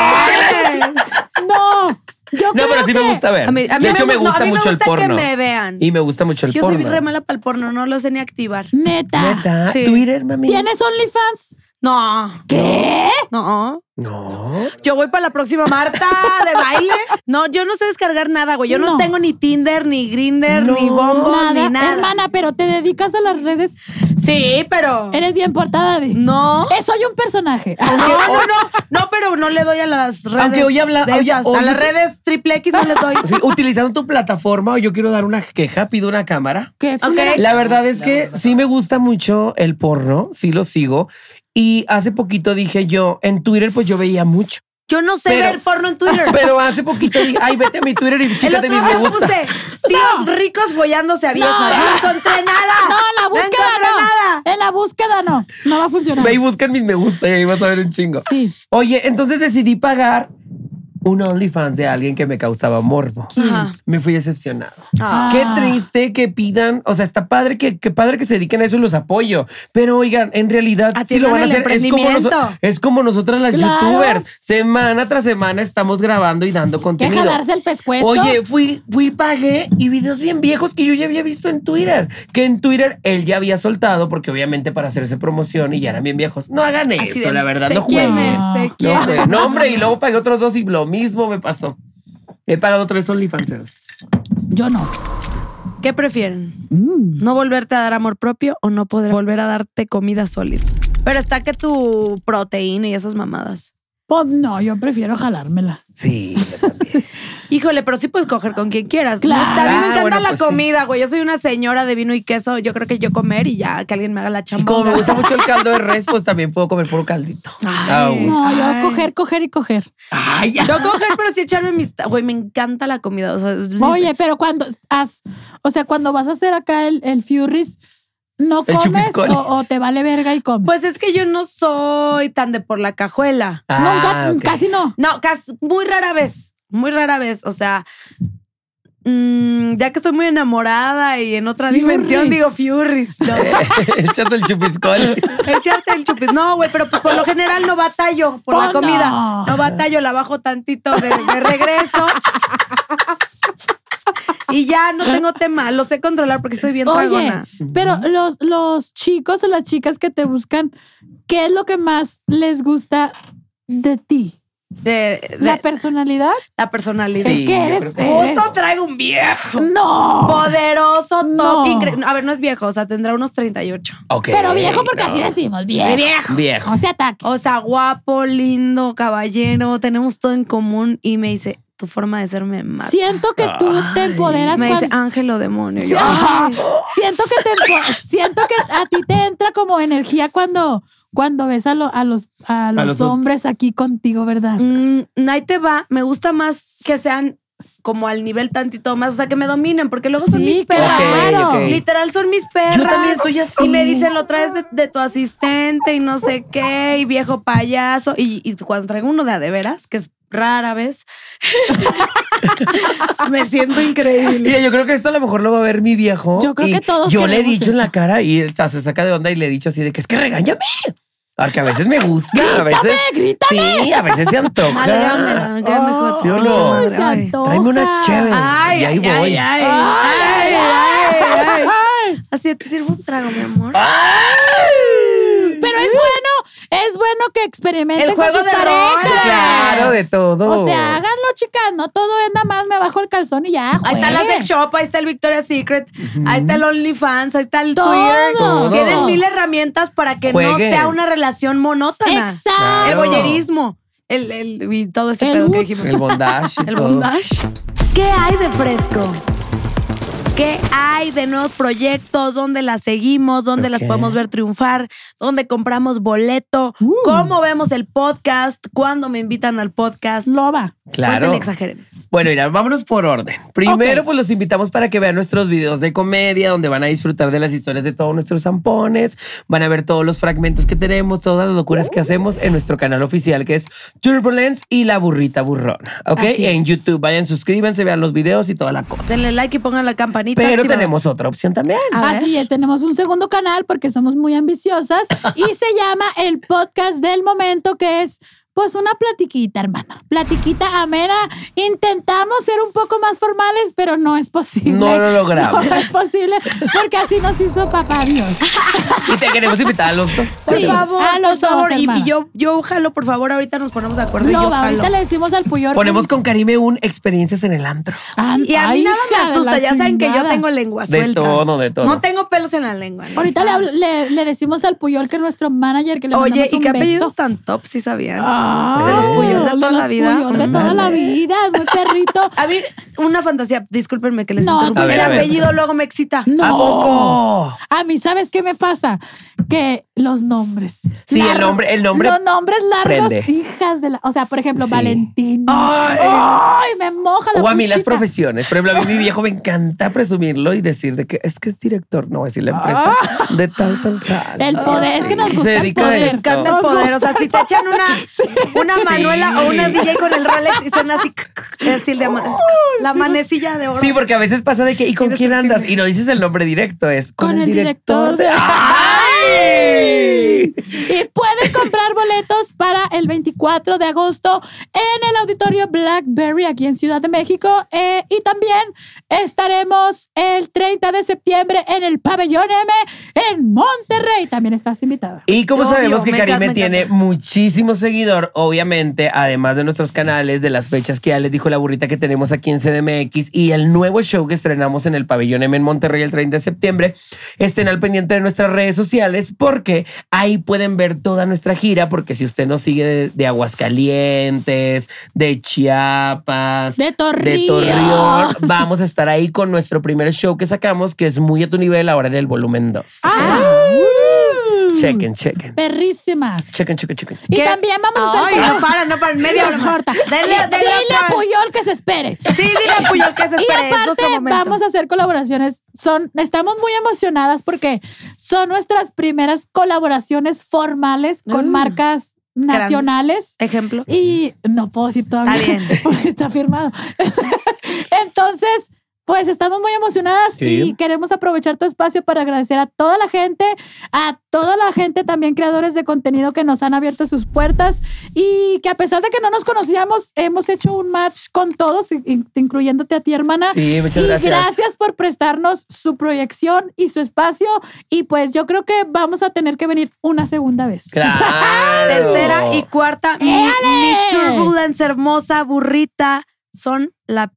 No, yo
No,
creo
pero sí
que
me gusta ver.
A mí, a mí
de hecho, me
gu- no,
gusta
a mí
mucho el porno.
que me vean.
Y me gusta mucho el
Yo
porno.
soy re mala para el porno, no lo sé ni activar.
Neta.
Neta,
Sí.
Twitter, mami.
¿Tienes OnlyFans?
No,
¿Qué?
no.
No.
Yo voy para la próxima Marta de baile. No, yo no sé descargar nada, güey. Yo no,
No.
tengo ni Tinder, ni Grinder,
No.
ni Bombo,
Nada.
ni nada.
Hermana, pero te dedicas a las redes.
Sí, pero.
Eres bien portada de.
No.
Eh, soy un personaje.
No, no, no. No, pero no le doy a las redes.
Aunque hoy habla-
de
hoy-
esas.
hoy-
a las redes triple X no les doy.
<laughs> Sí, utilizando tu plataforma, yo quiero dar una queja, pido una cámara.
¿Qué?
Ok.
La verdad es que sí me gusta mucho el porno, sí lo sigo. Y hace poquito dije yo, en Twitter pues yo veía mucho.
Yo no sé
Pero-
ver porno en Twitter.
<laughs> Pero hace poquito dije, ay, vete a mi Twitter y
El
chécate
otro
mis me
día
gusta.
puse tíos ricos follándose a viejas. No, encontré nada.
No, en la búsqueda
encontré
no.
nada.
En la búsqueda no. No va a funcionar.
Ve y busca en mis me gusta y ahí vas a ver un chingo.
Sí.
Oye, entonces decidí pagar un OnlyFans de alguien que me causaba morbo.
Ajá.
Me fui decepcionado.
Ah.
Qué triste que pidan, o sea, está padre que, que padre que se dediquen a eso y los apoyo. Pero oigan, en realidad si lo
Atiendan
van a
el
hacer. Es como, noso-
emprendimiento.
es como nosotras las
Claro.
youtubers. Semana tras semana estamos grabando y dando
Que
contenido.
jalarse el pescuezo.
Oye, fui, fui, pagué y videos bien viejos que yo ya había visto en Twitter. Que en Twitter él ya había soltado, porque obviamente para hacerse promoción y ya eran bien viejos. No hagan
Así
eso,
de,
la verdad,
¿de
no
quién
jueguen.
es? ¿De
No,
quién
hombre,
es?
no, hombre, y luego pagué otros dos y lo mismo me pasó. He pagado tres OnlyFans.
Yo no.
¿Qué prefieren?
Mm.
¿No volverte a dar amor propio o no poder volver a darte comida sólida? Pero está que tu proteína y esas mamadas.
Pues no, yo prefiero jalármela.
Sí, yo también.
Híjole, pero sí puedes coger con quien quieras.
Claro.
No sé, a mí me
Ah,
encanta
bueno,
la
pues sí.
comida, güey. Yo soy una señora de vino y queso. Yo creo que yo comer y ya que alguien me haga la
y como
chamba.
me gusta mucho el caldo de res, pues también puedo comer puro caldito.
Ay.
A gusto.
No, yo
Ay.
coger, coger y coger.
Ay, ya.
Yo coger, pero sí echarme mis... Güey, me encanta la comida. O sea, es-
Oye, pero cuando haz, o sea, cuando vas a hacer acá el, el Furries, no
El
comes o,
chupiscoles.
o te vale verga y comes.
Pues es que yo no soy tan de por la cajuela.
Ah,
Nunca,
ok.
casi no.
No, casi, muy rara vez, muy rara vez. O sea, mm, ya que estoy muy enamorada y en otra
Furries.
dimensión digo furries. ¿no?
<laughs>
<laughs>
Échate el chupiscol.
Echarte el chupis. No, güey, pero pues por lo general no batallo por la
Pues no.
comida. No. batallo, la bajo tantito de, de regreso. Y ya no tengo tema, lo sé controlar porque soy bien
Oye,
tragona.
pero los, los chicos o las chicas que te buscan, ¿qué es lo que más les gusta de ti?
De, de-
¿La
la,
personalidad?
personalidad.
Sí,
es que
yo
eres.
creo que-
Justo traigo un viejo.
No.
Poderoso, top.
No.
incre- A ver, no es viejo, o sea, tendrá unos 38.
Ok,
Pero viejo, porque
no.
así decimos,
¡Qué
viejo.
viejo!
Viejo.
No se ataque.
O sea, guapo, lindo, caballero, tenemos todo en común. Y me dice, tu forma de ser me mata.
Siento que tú te empoderas
me dice,
<laughs> cuando-
ángel o demonio. Yo,
Ay, siento que te empo- siento que a ti te entra como energía cuando cuando ves a, lo- a los a los,
los
hombres aquí contigo, ¿verdad?
mm, ahí te va. Me gusta más que sean como al nivel tantito más, o sea, que me dominen, porque luego son
Sí,
mis perras.
claro.
Ok, ok.
Literal, son mis perras.
Yo también soy así.
Y me dicen, lo traes de, de tu asistente y no sé qué, y viejo payaso. Y, y cuando traigo uno de a de veras, que es rara vez, <laughs> me siento increíble.
Mira, yo creo que esto a lo mejor lo va a ver mi viejo.
Yo creo
y
que todos
Yo le he
queremos
dicho en
eso.
la cara y él hasta se saca de onda y le he dicho así de que es que regáñame. Porque a veces me gusta. a veces, grítame. Sí, a veces se antoja.
Ah, regáñamela, regáñame, hijo de tu
¿sí o
pinche
no?
madre.
Ay, se
Ay.
antoja.
Tráeme una chévere. y ahí voy.
Ay,
Ay,
ay, ay, ay.
Ay,
Así te sirvo un trago, mi amor.
¡Ay!
Pero es bueno, es bueno bueno que experimenten
El
con
juego
sus
de rol,
parejas.
Claro, de todo.
O sea, háganlo, chicas. No todo es nada más me bajo el calzón y ya.
Ahí está la
jueguen.
sex shop, ahí está el Victoria's Secret, ahí está el OnlyFans, ahí está el
Todo.
Twitter.
Todo.
Tienen mil herramientas para que no
Jueguen.
sea una relación monótona.
Exacto.
El
Claro.
boyerismo, el, el- y todo ese
El
pedo que
wood.
dijimos.
El bondage. y
El
todo.
bondage. ¿Qué hay de fresco? ¿Qué hay de nuevos proyectos? ¿Dónde las seguimos? ¿Dónde las
Ok.
podemos ver triunfar? ¿Dónde compramos boleto?
Uh.
¿Cómo vemos el podcast? ¿Cuándo me invitan al podcast?
Loba.
Claro.
Cuenten, exageren.
Bueno, mira, vámonos por orden. Primero,
Ok.
pues los invitamos para que vean nuestros videos de comedia, donde van a disfrutar de las historias de todos nuestros zampones, van a ver todos los fragmentos que tenemos, todas las locuras que hacemos en nuestro canal oficial, que es Turbulence y La Burrita Burrona. ¿Ok?
Así
En
es.
YouTube, vayan, suscríbanse, vean los videos y toda la cosa.
Denle like y pongan la campanita.
Pero
activada.
tenemos otra opción también.
A ver.
Así es, tenemos un segundo canal porque somos muy
<laughs>
ambiciosas y se llama el podcast del momento que es pues una platiquita, hermana. Platiquita amena. Intentamos ser un poco más formales, pero <laughs> no es posible.
No lo logramos.
No es posible porque así nos hizo papá Dios.
Y te queremos invitar a los dos.
Por
Sí.
favor,
A Ah, los
por favor.
dos,
Y,
hermana.
y yo, yo jalo, por favor, ahorita nos ponemos de acuerdo. y yo
No, va,
jalo.
ahorita le decimos al Puyor.
Ponemos con Karime un experiencias en el antro.
Ah,
Y a mí
ay,
nada me
hija de
asusta.
la
Ya saben que yo
chingada.
tengo lengua
De
suelta.
todo, de todo.
No tengo pelos en la lengua. ¿no?
Ahorita le, hablo- le, le decimos al Puyol que nuestro manager que le
Oye,
mandamos
¿y
un
qué apellido
beso.
tan top? Sí sabían.
Ah,
de los Puyol de toda
los
la vida.
Puyol de toda la
Ándale.
vida, es muy perrito.
A ver, una fantasía. Discúlpenme que les
No,
interrumpa.
A ver,
El
a ver.
apellido luego me excita.
No.
¿A poco?
A mí, ¿sabes qué me pasa? Que los nombres.
Sí, el
Lar-
nombre- el nombre
Los nombres largos,
prende.
hijas de la. O sea, por ejemplo,
Sí.
Valentín.
Ay.
Ay, me moja la
O a mí las
cuchita.
profesiones. Por ejemplo, a mí mi viejo me encanta presumirlo y decir de que es que es director, no voy a decir la empresa, de tal, tal, tal.
Ah.
Ah,
El poder, es que nos
Y
gusta el poder.
a
Les
esto.
encanta el
Nos
poder. O
gusta
sea, si te echan
<laughs>
una, una Manuela o una DJ con el Rolex y son así, así el de ama- la manecilla de oro.
Sí, porque a veces pasa de que, ¿y con quién andas? Y no dices el nombre directo, es con, el director de... ¡Ay!
Y pueden comprar boletos para el 24 de agosto en el auditorio Blackberry aquí en Ciudad de México. Eh, y también estaremos el 30 de septiembre en el Pabellón M en Monterrey. También estás invitada.
Y como
Obvio,
sabemos que
me encanta,
Karime
me
tiene
encanta.
muchísimo seguidor, obviamente, además de nuestros canales, de las fechas que ya les dijo la burrita que tenemos aquí en CDMX y el nuevo show que estrenamos en el Pabellón M en Monterrey el 30 de septiembre, estén al pendiente de nuestras redes sociales porque ahí pueden ver toda nuestra gira, porque si usted nos sigue de, de Aguascalientes, de Chiapas,
De Torreón.
de Torreón, vamos a estar ahí con nuestro primer show que sacamos, que es muy a tu nivel ahora en el volumen 2.
Ah,
Mm.
Chequen, chequen.
Perrísimas.
Chequen, chequen, chequen.
Y
¿Qué?
también vamos a
Ay,
estar
no paran, no paran. Media hora más.
corta.
Denle, denle
Dile a
otra.
Puyol que se espere.
Sí, dile a Puyol que se
Y
espere. es
aparte
nuestro momento.
vamos a hacer colaboraciones. Son, estamos muy emocionadas porque son nuestras primeras colaboraciones formales con
Mm.
marcas
Grandes.
nacionales.
Ejemplo.
Y no puedo decir todavía
Está bien.
<laughs> porque está firmado. Entonces, pues estamos muy emocionadas
Sí.
y queremos aprovechar tu espacio para agradecer a toda la gente, a toda la gente también creadores de contenido que nos han abierto sus puertas y que a pesar de que no nos conocíamos, hemos hecho un match con todos, in- in- incluyéndote a ti, hermana.
Sí, muchas
y
gracias.
gracias por prestarnos su proyección y su espacio. Y pues yo creo que vamos a tener que venir una segunda vez.
Claro.
Tercera y cuarta, mi, mi
¡Éale!
turbulence hermosa, burrita, son la...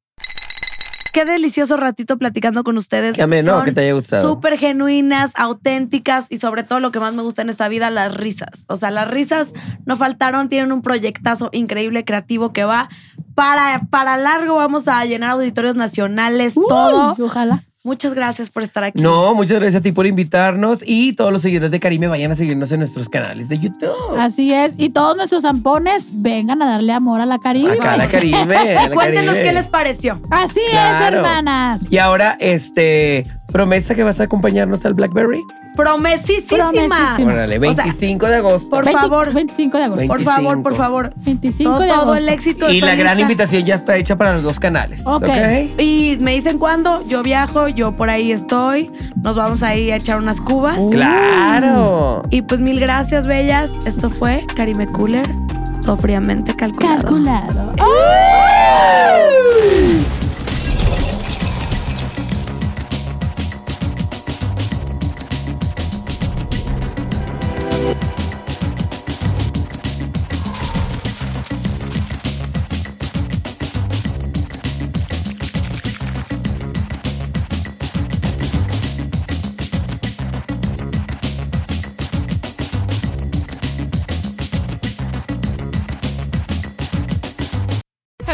Qué delicioso ratito platicando con ustedes.
Qué ameno,
Son
que te haya gustado.
Súper genuinas, auténticas y sobre todo lo que más me gusta en esta vida, las risas. O sea, las risas no faltaron, tienen un proyectazo increíble, creativo que va para, para largo. Vamos a llenar auditorios nacionales,
<laughs> Uy,
todo.
Ojalá.
Muchas gracias por estar aquí.
No, muchas gracias a ti por invitarnos y todos los seguidores de Karime vayan a seguirnos en nuestros canales de YouTube.
Así es. Y todos nuestros zampones vengan a darle amor a la cariño.
Ah,
Acá la Karime. la
<laughs> Cuéntenos
Karime.
qué les pareció.
Así
Claro.
es, hermanas.
Y ahora, este, promesa que vas a acompañarnos al Blackberry.
Promesísima.
Promesísima.
Órale,
O sea,
25 de agosto.
por
20
favor.
25 de agosto.
Por favor, por
25.
favor.
25
Todo,
de
todo
agosto.
el éxito.
y
estoy
la gran
lista.
invitación ya está hecha para los dos canales.
Ok.
¿ok?
Y me dicen cuándo, yo viajo, yo por ahí estoy, nos vamos ahí a echar unas cubas.
Uh.
Claro.
Y pues mil gracias, bellas. Esto fue Karime Cooler, todo fríamente calculado.
Calculado.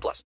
plus.